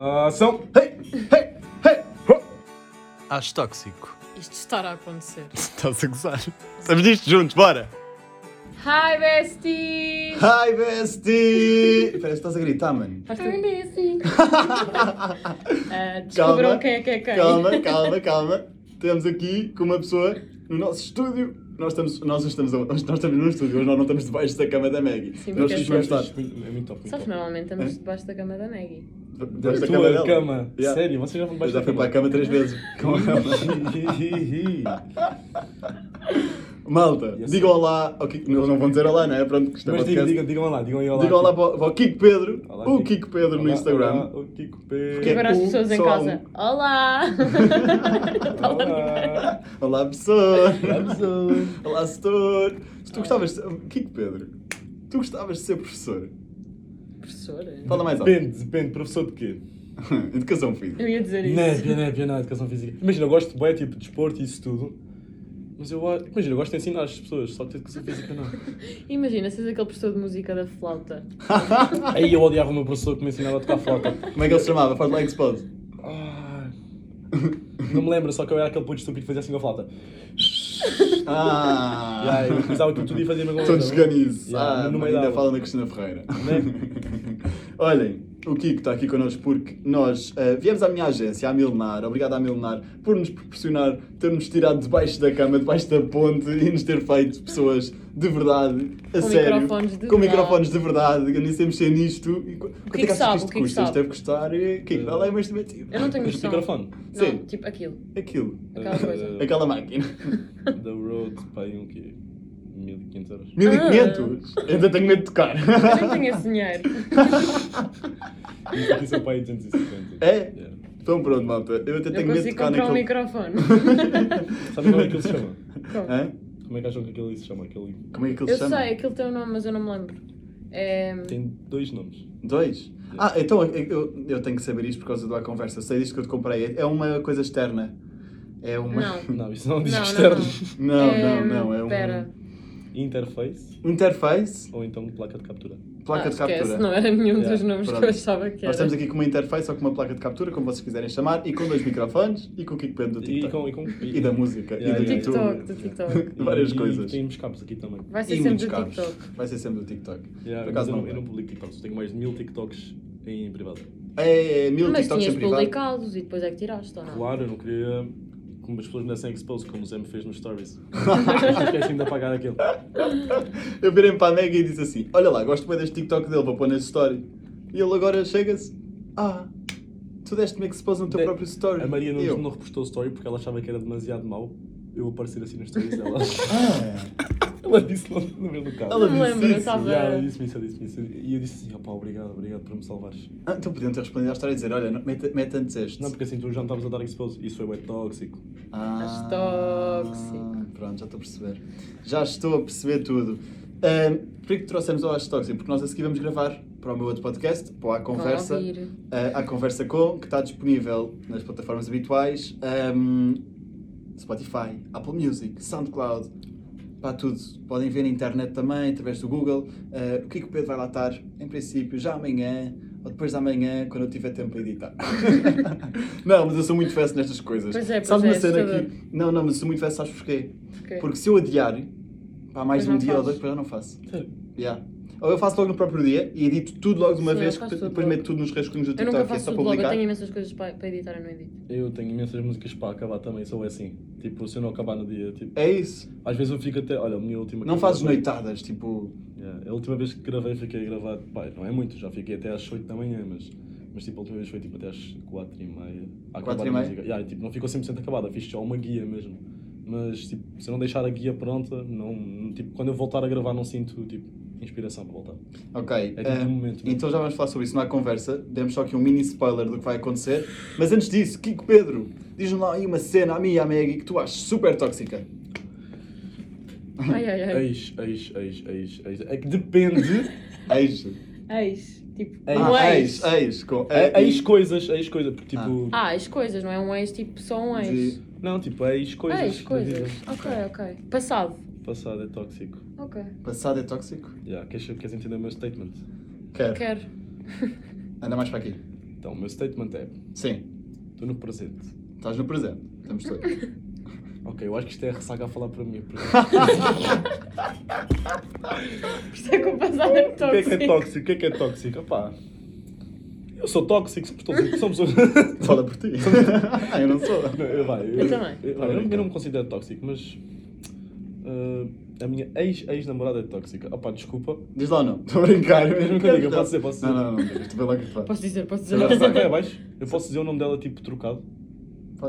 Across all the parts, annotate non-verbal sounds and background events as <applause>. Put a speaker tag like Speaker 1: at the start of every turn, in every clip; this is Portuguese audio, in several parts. Speaker 1: Ah,
Speaker 2: Ação! Hey, hey, hey. ho.
Speaker 3: Acho tóxico.
Speaker 4: Isto estará a acontecer.
Speaker 3: Estás Tá a gozar. Estamos nisto juntos, bora!
Speaker 4: Hi, besties!
Speaker 2: Hi, bestie! Espera, estás a gritar, mano.
Speaker 4: Faz tudo
Speaker 2: <laughs>
Speaker 4: bestie! <laughs> Ah,
Speaker 2: Calma,
Speaker 4: descobriram quem é que é quem.
Speaker 2: Calma, calma, calma. Temos aqui com uma pessoa no nosso estúdio. Nós estamos, nós estamos, nós estamos num estúdio, hoje nós não estamos debaixo da cama da Maggie.
Speaker 4: Sim,
Speaker 2: nós
Speaker 4: porque
Speaker 2: estivemos
Speaker 4: somos-
Speaker 2: estar
Speaker 1: É muito top.
Speaker 4: Sabes, normalmente estamos debaixo da cama da Maggie.
Speaker 2: debaixo da
Speaker 1: tua
Speaker 2: cama dela.
Speaker 1: cama.
Speaker 2: Yeah.
Speaker 1: Sério, vocês já vão
Speaker 2: Eu
Speaker 1: baixar
Speaker 2: já fui para a cama
Speaker 1: <laughs>
Speaker 2: três vezes com <laughs> ela. Malta,
Speaker 1: Yes.
Speaker 2: digam olá. ao Kiko- Eles não vão dizer olá, não é? Pronto, que isto é
Speaker 1: Mas digam,
Speaker 2: podcast.
Speaker 1: digam, digam lá, digam aí olá.
Speaker 2: Digam olá para, o- para o Kiko Pedro,
Speaker 1: Olá,
Speaker 2: o
Speaker 1: Kiko.
Speaker 2: Kiko Pedro no
Speaker 1: Olá,
Speaker 2: Instagram.
Speaker 1: olá, o Kiko Pedro.
Speaker 2: Porque-
Speaker 4: Agora as
Speaker 2: um,
Speaker 4: pessoas em
Speaker 2: só
Speaker 4: casa.
Speaker 2: <laughs>
Speaker 4: Olá! Não está lá ninguém.
Speaker 1: Olá.
Speaker 2: Olá pessoa!
Speaker 1: Olá, pessoa.
Speaker 2: Olá setor! Se tu gostavas de ser... Kiko Pedro, tu gostavas de ser professor?
Speaker 4: Professora?
Speaker 2: Fala mais alto.
Speaker 1: Depende, depende, professor de quê?
Speaker 2: <laughs> Educação física.
Speaker 4: Eu ia dizer isso.
Speaker 1: Népia, népia, na educação física. Imagina, eu gosto bem, tipo, de desporto e isso tudo. Mas eu acho. Imagina, eu gosto de ensinar as pessoas, só de educação física
Speaker 4: <laughs>
Speaker 1: não.
Speaker 2: né?
Speaker 4: Imagina, seres aquele professor de música da flauta.
Speaker 1: Aí eu odiava o meu professor que me ensinava a tocar flauta.
Speaker 2: Como é que ele se chamava? Faz lá expose.
Speaker 1: Ai. Não me lembro, só que eu era aquele puto estúpido que fazia assim com a flauta.
Speaker 2: Ah!
Speaker 1: E aí, eu pensava que tudo ia fazer a mesma coisa. é?
Speaker 2: Todos ganizo.
Speaker 1: Yeah,
Speaker 2: ah,
Speaker 1: no meio da
Speaker 2: ainda
Speaker 1: aula.
Speaker 2: fala na Cristina Ferreira.
Speaker 1: Né?
Speaker 2: <laughs> Olhem, o Kiko está aqui connosco porque nós eh, viemos à minha agência, à Milenar. Obrigado à Milenar por nos proporcionar, ter-nos tirado debaixo da cama, debaixo da ponte e nos ter feito pessoas de verdade, a
Speaker 4: Com
Speaker 2: sério.
Speaker 4: microfones de
Speaker 2: com
Speaker 4: verdade.
Speaker 2: microfones de verdade. Eu nem sei mexer nisto. E, qu- quanto é
Speaker 4: Kiko
Speaker 2: achas
Speaker 4: sabe,
Speaker 2: isto
Speaker 4: o Kiko
Speaker 2: custa?
Speaker 4: sabe.
Speaker 2: Isto deve custar. eh, Kiko, vai lá e mais
Speaker 4: Eu não tenho
Speaker 1: Este
Speaker 4: noção.
Speaker 1: microfone.
Speaker 2: Sim.
Speaker 4: Não, tipo aquilo.
Speaker 2: Aquilo.
Speaker 4: <laughs> Aquela coisa.
Speaker 2: Aquela máquina.
Speaker 1: The Road, pai, um quê? 1500 euros.
Speaker 2: 1500? Ainda tenho medo de tocar.
Speaker 4: Ah. Eu não tenho esse dinheiro.
Speaker 1: Isso aqui são pai 250.
Speaker 2: <laughs> É?
Speaker 1: Yeah.
Speaker 2: Então pronto, malta. Eu até
Speaker 4: Eu
Speaker 2: tenho medo de
Speaker 4: consigo
Speaker 2: tocar
Speaker 4: comprar um
Speaker 2: naquele. <laughs>
Speaker 4: microfone.
Speaker 1: Sabe como é que ele se chama?
Speaker 4: Como?
Speaker 2: Hã?
Speaker 1: Como é que acham que aquele se chama? Aquele
Speaker 2: Como é que ele
Speaker 4: Eu
Speaker 2: se chama?
Speaker 4: sei, aquilo tem um nome, mas eu não me lembro. É...
Speaker 1: tem dois nomes.
Speaker 2: Dois? Ah, então eu- eu, eu tenho que saber isto por causa do A Conversa. Sei disto que eu te comprei. É uma coisa externa. É uma.
Speaker 4: Não.
Speaker 1: Não, isso não diz
Speaker 4: Não, não,
Speaker 1: externo.
Speaker 2: <laughs>
Speaker 4: não.
Speaker 2: Não,
Speaker 4: É,
Speaker 2: não, não. É um.
Speaker 4: Pera.
Speaker 1: Interface
Speaker 2: Interface,
Speaker 1: ou então placa de captura.
Speaker 2: placa
Speaker 4: Ah,
Speaker 2: de
Speaker 4: esquece,
Speaker 2: captura.
Speaker 4: não era nenhum
Speaker 1: Yeah,
Speaker 4: dos nomes que
Speaker 2: pronto.
Speaker 4: eu achava que era.
Speaker 2: Nós estamos aqui com uma interface ou com uma placa de captura, como vocês quiserem chamar, e com dois microfones e com o Kiko Pedro do
Speaker 1: E,
Speaker 2: TikTok.
Speaker 1: com, e, com,
Speaker 2: E da música, e do
Speaker 4: TikTok,
Speaker 2: YouTube.
Speaker 4: do TikTok.
Speaker 1: E-
Speaker 2: <laughs> Várias
Speaker 1: e
Speaker 2: coisas.
Speaker 1: Temos cabos aqui também.
Speaker 4: Vai ser
Speaker 2: E
Speaker 4: sempre
Speaker 2: muitos
Speaker 4: do
Speaker 2: carros.
Speaker 4: TikTok.
Speaker 2: Vai ser sempre do TikTok.
Speaker 1: Yeah,
Speaker 2: Por
Speaker 1: mas
Speaker 2: acaso
Speaker 1: eu,
Speaker 2: não.
Speaker 1: não, eu não publico TikToks, tenho mais de mil TikToks em privado.
Speaker 2: É, é mil
Speaker 4: Mas
Speaker 2: TikToks
Speaker 4: tinhas
Speaker 2: em privado.
Speaker 4: publicados e depois é que tiraste, ou não?
Speaker 1: Claro, eu não queria. Como as pessoas ainda sem expose, como o Zé me fez nos stories. <laughs> Não esqueci de apagar aquilo.
Speaker 2: <laughs> Eu virei para a Mega e disse assim: Olha lá, gosto bem deste TikTok dele, vou pôr nesse story. E ele agora chega-se: Ah, tu deste-me expose no teu
Speaker 1: De-
Speaker 2: próprio story.
Speaker 1: A Maria não,
Speaker 2: E eu,
Speaker 1: não repostou o story porque ela achava que era demasiado mau eu aparecer assim nos stories dela.
Speaker 2: Ah,
Speaker 1: <laughs> ela disse no, no meu local.
Speaker 2: Ela
Speaker 4: não me
Speaker 2: disse
Speaker 4: lembro, eu
Speaker 2: isso,
Speaker 4: estava.
Speaker 1: E ela disse-me isso, ela disse-me isso. E eu disse assim: opá, obrigado, obrigado por me salvares.
Speaker 2: ah, então podiam ter respondido à história e dizer: Olha, não- mete, mete antes este.
Speaker 1: Não, porque assim tu já me estavas a dar expose. Isso foi bem tóxico.
Speaker 2: Ah,
Speaker 4: Acho tóxico.
Speaker 2: Pronto, já estou a perceber. Já estou a perceber tudo. Ahm, Porquê que trouxemos o Acho Tóxico? Porque nós a seguir vamos gravar para o meu outro podcast, para a conversa. Ah,
Speaker 4: Vão ouvir.
Speaker 2: a Conversa Com, que está disponível nas plataformas habituais, um, Spotify, Apple Music, SoundCloud, para tudo. Podem ver na internet também, através do Google. Uh, o Kiko Pedro vai lá estar, em princípio, já amanhã, ou depois da manhã, quando eu tiver tempo para editar. <laughs> não, mas eu sou muito festa nestas coisas.
Speaker 4: Pois é, pois
Speaker 2: Sabes
Speaker 4: é,
Speaker 2: uma cena
Speaker 4: assustador.
Speaker 2: que... Não, não, mas eu sou muito festa, sabes porquê?
Speaker 4: Porquê?
Speaker 2: Porque se eu adiar, pá, mais
Speaker 4: Depois
Speaker 2: um
Speaker 4: não
Speaker 2: dia ou
Speaker 4: fazes.
Speaker 2: dois, depois eu não faço.
Speaker 1: Sério?
Speaker 2: Yeah. Ou eu faço logo no próprio dia e edito tudo logo de uma
Speaker 4: Sim, eu
Speaker 2: vez,
Speaker 4: faço
Speaker 2: que
Speaker 4: tudo
Speaker 2: depois
Speaker 4: logo.
Speaker 2: meto tudo nos rascunhos do
Speaker 4: Eu
Speaker 2: TikTok,
Speaker 4: nunca
Speaker 2: que é
Speaker 4: faço
Speaker 2: só
Speaker 4: tudo logo, eu
Speaker 2: publicar.
Speaker 4: tenho imensas coisas para, para editar e
Speaker 1: <laughs>
Speaker 4: não edito.
Speaker 1: Eu tenho imensas músicas para acabar também, sou assim. Tipo, se eu não acabar no dia, tipo.
Speaker 2: É isso.
Speaker 1: Às vezes eu fico até. Olha, a minha última.
Speaker 2: Não
Speaker 1: que eu
Speaker 2: fazes
Speaker 1: gravei-
Speaker 2: noitadas, tipo.
Speaker 1: Yeah, A última vez que gravei, fiquei a gravar. Pai, não é muito, já fiquei até às 8 da manhã, mas. Mas tipo, a última vez foi tipo até às 4 e meia. a acabar
Speaker 2: Quatro e
Speaker 1: a
Speaker 2: meia?
Speaker 1: música. Yeah, e, tipo, não ficou 100% acabada, fiz só uma guia mesmo. Mas tipo, se eu não deixar a guia pronta, não, não- tipo, quando eu voltar a gravar, não sinto tipo, inspiração para voltar.
Speaker 2: Ok.
Speaker 1: tudo
Speaker 2: eh,
Speaker 1: um momento, não é?
Speaker 2: então já vamos falar sobre isso, não há conversa. Demos só aqui um mini spoiler do que vai acontecer. Mas antes disso, Kiko Pedro, diz-nos lá aí uma cena a mim e à Maggie que tu achas super tóxica.
Speaker 4: Ai, ai, ai.
Speaker 1: Eis, eis, eis, eis, eis. É que
Speaker 2: <laughs>
Speaker 1: depende.
Speaker 2: Eis.
Speaker 4: Eis. Tipo,
Speaker 1: Eis.
Speaker 4: um
Speaker 2: Ah,
Speaker 4: ex.
Speaker 2: eis. Eis. Com,
Speaker 1: É, eis coisas, eis coisas. Porque tipo.
Speaker 4: Ah, as coisas, não é um ex, tipo, só um ex.
Speaker 2: de-
Speaker 1: Não, tipo, eis coisas.
Speaker 4: Ex,
Speaker 1: da
Speaker 4: coisas.
Speaker 1: vida.
Speaker 4: Ok, ok. Passado.
Speaker 1: Passado é tóxico.
Speaker 4: Ok.
Speaker 2: Passado é tóxico?
Speaker 1: Yeah, queres, queres entender o meu statement?
Speaker 2: Quero.
Speaker 4: Quero. <laughs>
Speaker 2: Anda mais para aqui.
Speaker 1: Então, o meu statement é:
Speaker 2: Sim,
Speaker 1: estou no presente.
Speaker 2: estás no presente. Estamos
Speaker 4: <laughs>
Speaker 2: todos.
Speaker 1: Ok, eu acho que isto é a ressaca a falar para mim. <laughs> porque-
Speaker 4: Isto é que o passado é
Speaker 1: O que é que é
Speaker 4: tóxico.
Speaker 1: tóxico? O que é que é tóxico? Opá, eu sou tóxico, somos todos. Somos...
Speaker 2: Fala por
Speaker 4: <laughs>
Speaker 2: ti. Ah, eu não sou.
Speaker 1: Não, <laughs> Tá eu, <laughs> vai, eu,
Speaker 4: Eu também.
Speaker 1: Eu, vai, eu não, eu não me considero tóxico, mas. ah, a minha ex- ex-namorada é tóxica. Opá, desculpa.
Speaker 2: Diz lá não. Estou a brincar.
Speaker 1: É Eu não digo, eu posso dizer, posso dizer.
Speaker 2: Não, não, não. Estou bem lá que tu faz.
Speaker 4: Posso dizer, posso dizer.
Speaker 2: Não,
Speaker 1: Vai, vai abaixo. Eu posso dizer o nome dela tipo trocado.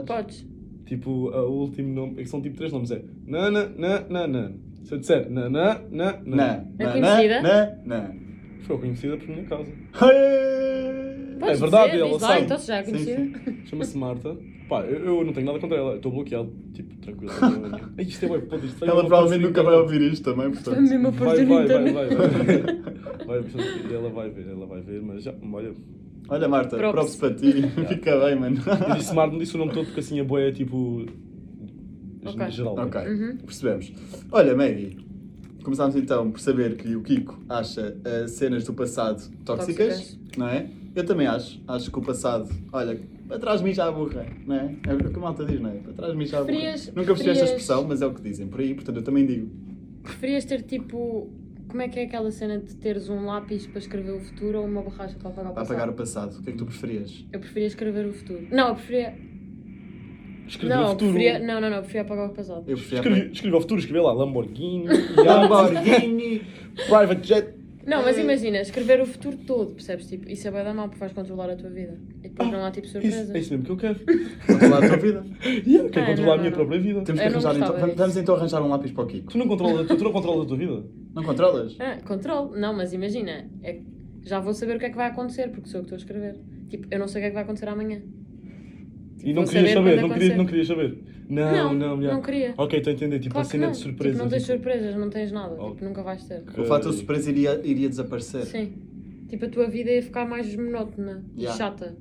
Speaker 4: Podes.
Speaker 1: Tipo, a- o último nome. É que são tipo três nomes. É Nana, Nana, Nana. Se eu disser Nana, Nana,
Speaker 2: Não.
Speaker 1: Nana.
Speaker 4: É conhecida?
Speaker 2: Não, não.
Speaker 1: Foi conhecida por minha causa.
Speaker 4: Podes
Speaker 1: É verdade,
Speaker 4: dizer,
Speaker 1: ela
Speaker 4: diz lá,
Speaker 1: sabe.
Speaker 4: então se já é
Speaker 2: Sim,
Speaker 4: conhecida.
Speaker 1: Chama-se Marta. Pá, eu, eu não tenho nada contra ela. Eu Estou bloqueado. Tipo,
Speaker 2: <laughs>
Speaker 1: tranquilo. Ei, isto é bem podre. isto é
Speaker 2: Ela
Speaker 1: uma
Speaker 2: provavelmente nunca vai
Speaker 1: tóxica.
Speaker 2: ouvir isto também,
Speaker 4: Foi a
Speaker 2: portanto.
Speaker 4: mesma
Speaker 1: Vai, vai, vai,
Speaker 4: é oportunidade.
Speaker 1: vai,
Speaker 2: <laughs>
Speaker 1: vai. Vai, portanto, ela vai ver, ela vai ver, mas já, olha.
Speaker 2: Olha, Marta, props
Speaker 4: Props.
Speaker 2: para ti. <laughs> Fica bem, mano.
Speaker 1: Eu disse Mar, não disse o nome todo porque assim a boia é tipo.
Speaker 4: Ok.
Speaker 1: Geral.
Speaker 2: <laughs> Ok,
Speaker 4: Uhum.
Speaker 2: percebemos. Olha, Maggie, começámos então por saber que o Kiko acha eh, cenas do passado tóxicas, não é? Eu também acho. Acho que o passado, olha, para trás de mim já a burra, não é? É o que a malta diz, não é? Para trás de mim já a burra.
Speaker 4: Preferias-
Speaker 2: Nunca percebi esta
Speaker 4: preferias-
Speaker 2: expressão, mas é o que dizem por aí, portanto eu também digo.
Speaker 4: Preferias ter tipo. Como é que é aquela cena de teres um lápis para escrever o futuro ou uma borracha para apagar o
Speaker 2: Para
Speaker 4: passado?
Speaker 2: apagar o passado, o que é que tu preferias?
Speaker 4: Eu preferia escrever o futuro. Não, eu preferia.
Speaker 1: Escrever
Speaker 4: Não,
Speaker 1: o
Speaker 4: eu
Speaker 1: futuro.
Speaker 4: preferia. Não, não, não, eu preferia apagar o passado.
Speaker 2: Eu
Speaker 1: Escrevi, escrevi o futuro, escrevi lá
Speaker 2: <laughs>
Speaker 1: Lamborghini,
Speaker 4: <laughs>
Speaker 2: Lamborghini!
Speaker 1: Private Jet.
Speaker 4: Não, mas imagina, escrever o futuro todo, percebes? Tipo, isso é bem da mal porque vais controlar a tua vida. E depois não há tipo
Speaker 1: Isso,
Speaker 4: surpresa.
Speaker 1: é isso mesmo que eu quero. <laughs>
Speaker 2: Vamos falar da tua vida.
Speaker 1: Yeah, eu quero
Speaker 4: Ah,
Speaker 1: controlar
Speaker 4: não,
Speaker 1: a minha
Speaker 4: não,
Speaker 1: própria vida.
Speaker 2: Temos que
Speaker 4: Eu não
Speaker 2: arranjar então.
Speaker 4: gostava
Speaker 2: Vamos,
Speaker 4: disso.
Speaker 2: vamos então arranjar um lápis para o Kiko.
Speaker 1: Tu não controlas, tu não controlas a tua vida?
Speaker 2: Não controlas?
Speaker 4: Ah, controle. Não, mas imagina, é que já vou saber o que é que vai acontecer porque sou eu que estou a escrever. Tipo, eu não sei o que é que vai acontecer amanhã.
Speaker 1: E não
Speaker 4: Tipo, Vou
Speaker 1: querias
Speaker 4: saber
Speaker 1: saber,
Speaker 4: quando
Speaker 1: não querias,
Speaker 4: acontecer.
Speaker 1: não querias saber. Não,
Speaker 4: Não,
Speaker 1: não, já.
Speaker 4: não queria.
Speaker 1: Ok, estou a entender. Tipo,
Speaker 4: Claro
Speaker 1: a
Speaker 4: que
Speaker 1: cena
Speaker 4: não.
Speaker 1: de surpresa.
Speaker 4: Tipo, não tens
Speaker 1: tipo,
Speaker 4: surpresas, não tens nada.
Speaker 1: Oh.
Speaker 4: Tipo, nunca vais ter.
Speaker 2: O fato da surpresa iria, iria desaparecer.
Speaker 4: Sim. Tipo, a tua vida ia ficar mais monótona
Speaker 2: Yeah.
Speaker 4: e chata.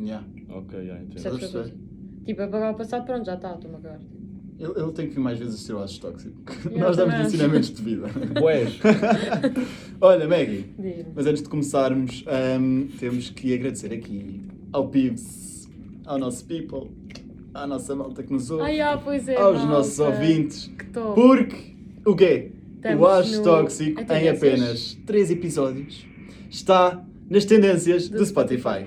Speaker 2: Yeah.
Speaker 1: Ok, já, entendo.
Speaker 2: Certo.
Speaker 4: Percebes o que eu estou a dizer? Tipo, apagar o passado, pronto, já está, estou-me a cagar.
Speaker 2: Ele, ele tem que vir mais vezes ser o acho tóxico. <laughs>
Speaker 4: Eu
Speaker 2: Nós damos
Speaker 4: também acho.
Speaker 2: ensinamentos de vida. <laughs>
Speaker 4: <laughs>
Speaker 1: Ués.
Speaker 2: Olha, Maggie,
Speaker 4: Diz-me.
Speaker 2: mas antes de começarmos, ahm, temos que agradecer aqui ao Pibs, ao nosso people, à nossa malta que nos ouve,
Speaker 4: Ai, ah, pois é.
Speaker 2: aos
Speaker 4: malta.
Speaker 2: nossos ouvintes.
Speaker 4: Que top.
Speaker 2: Porque o quê?
Speaker 4: Estamos
Speaker 2: o Acho
Speaker 4: no-
Speaker 2: Tóxico,
Speaker 4: em
Speaker 2: em
Speaker 4: tendências.
Speaker 2: apenas 3 episódios, está nas tendências do,
Speaker 4: Do
Speaker 2: Spotify.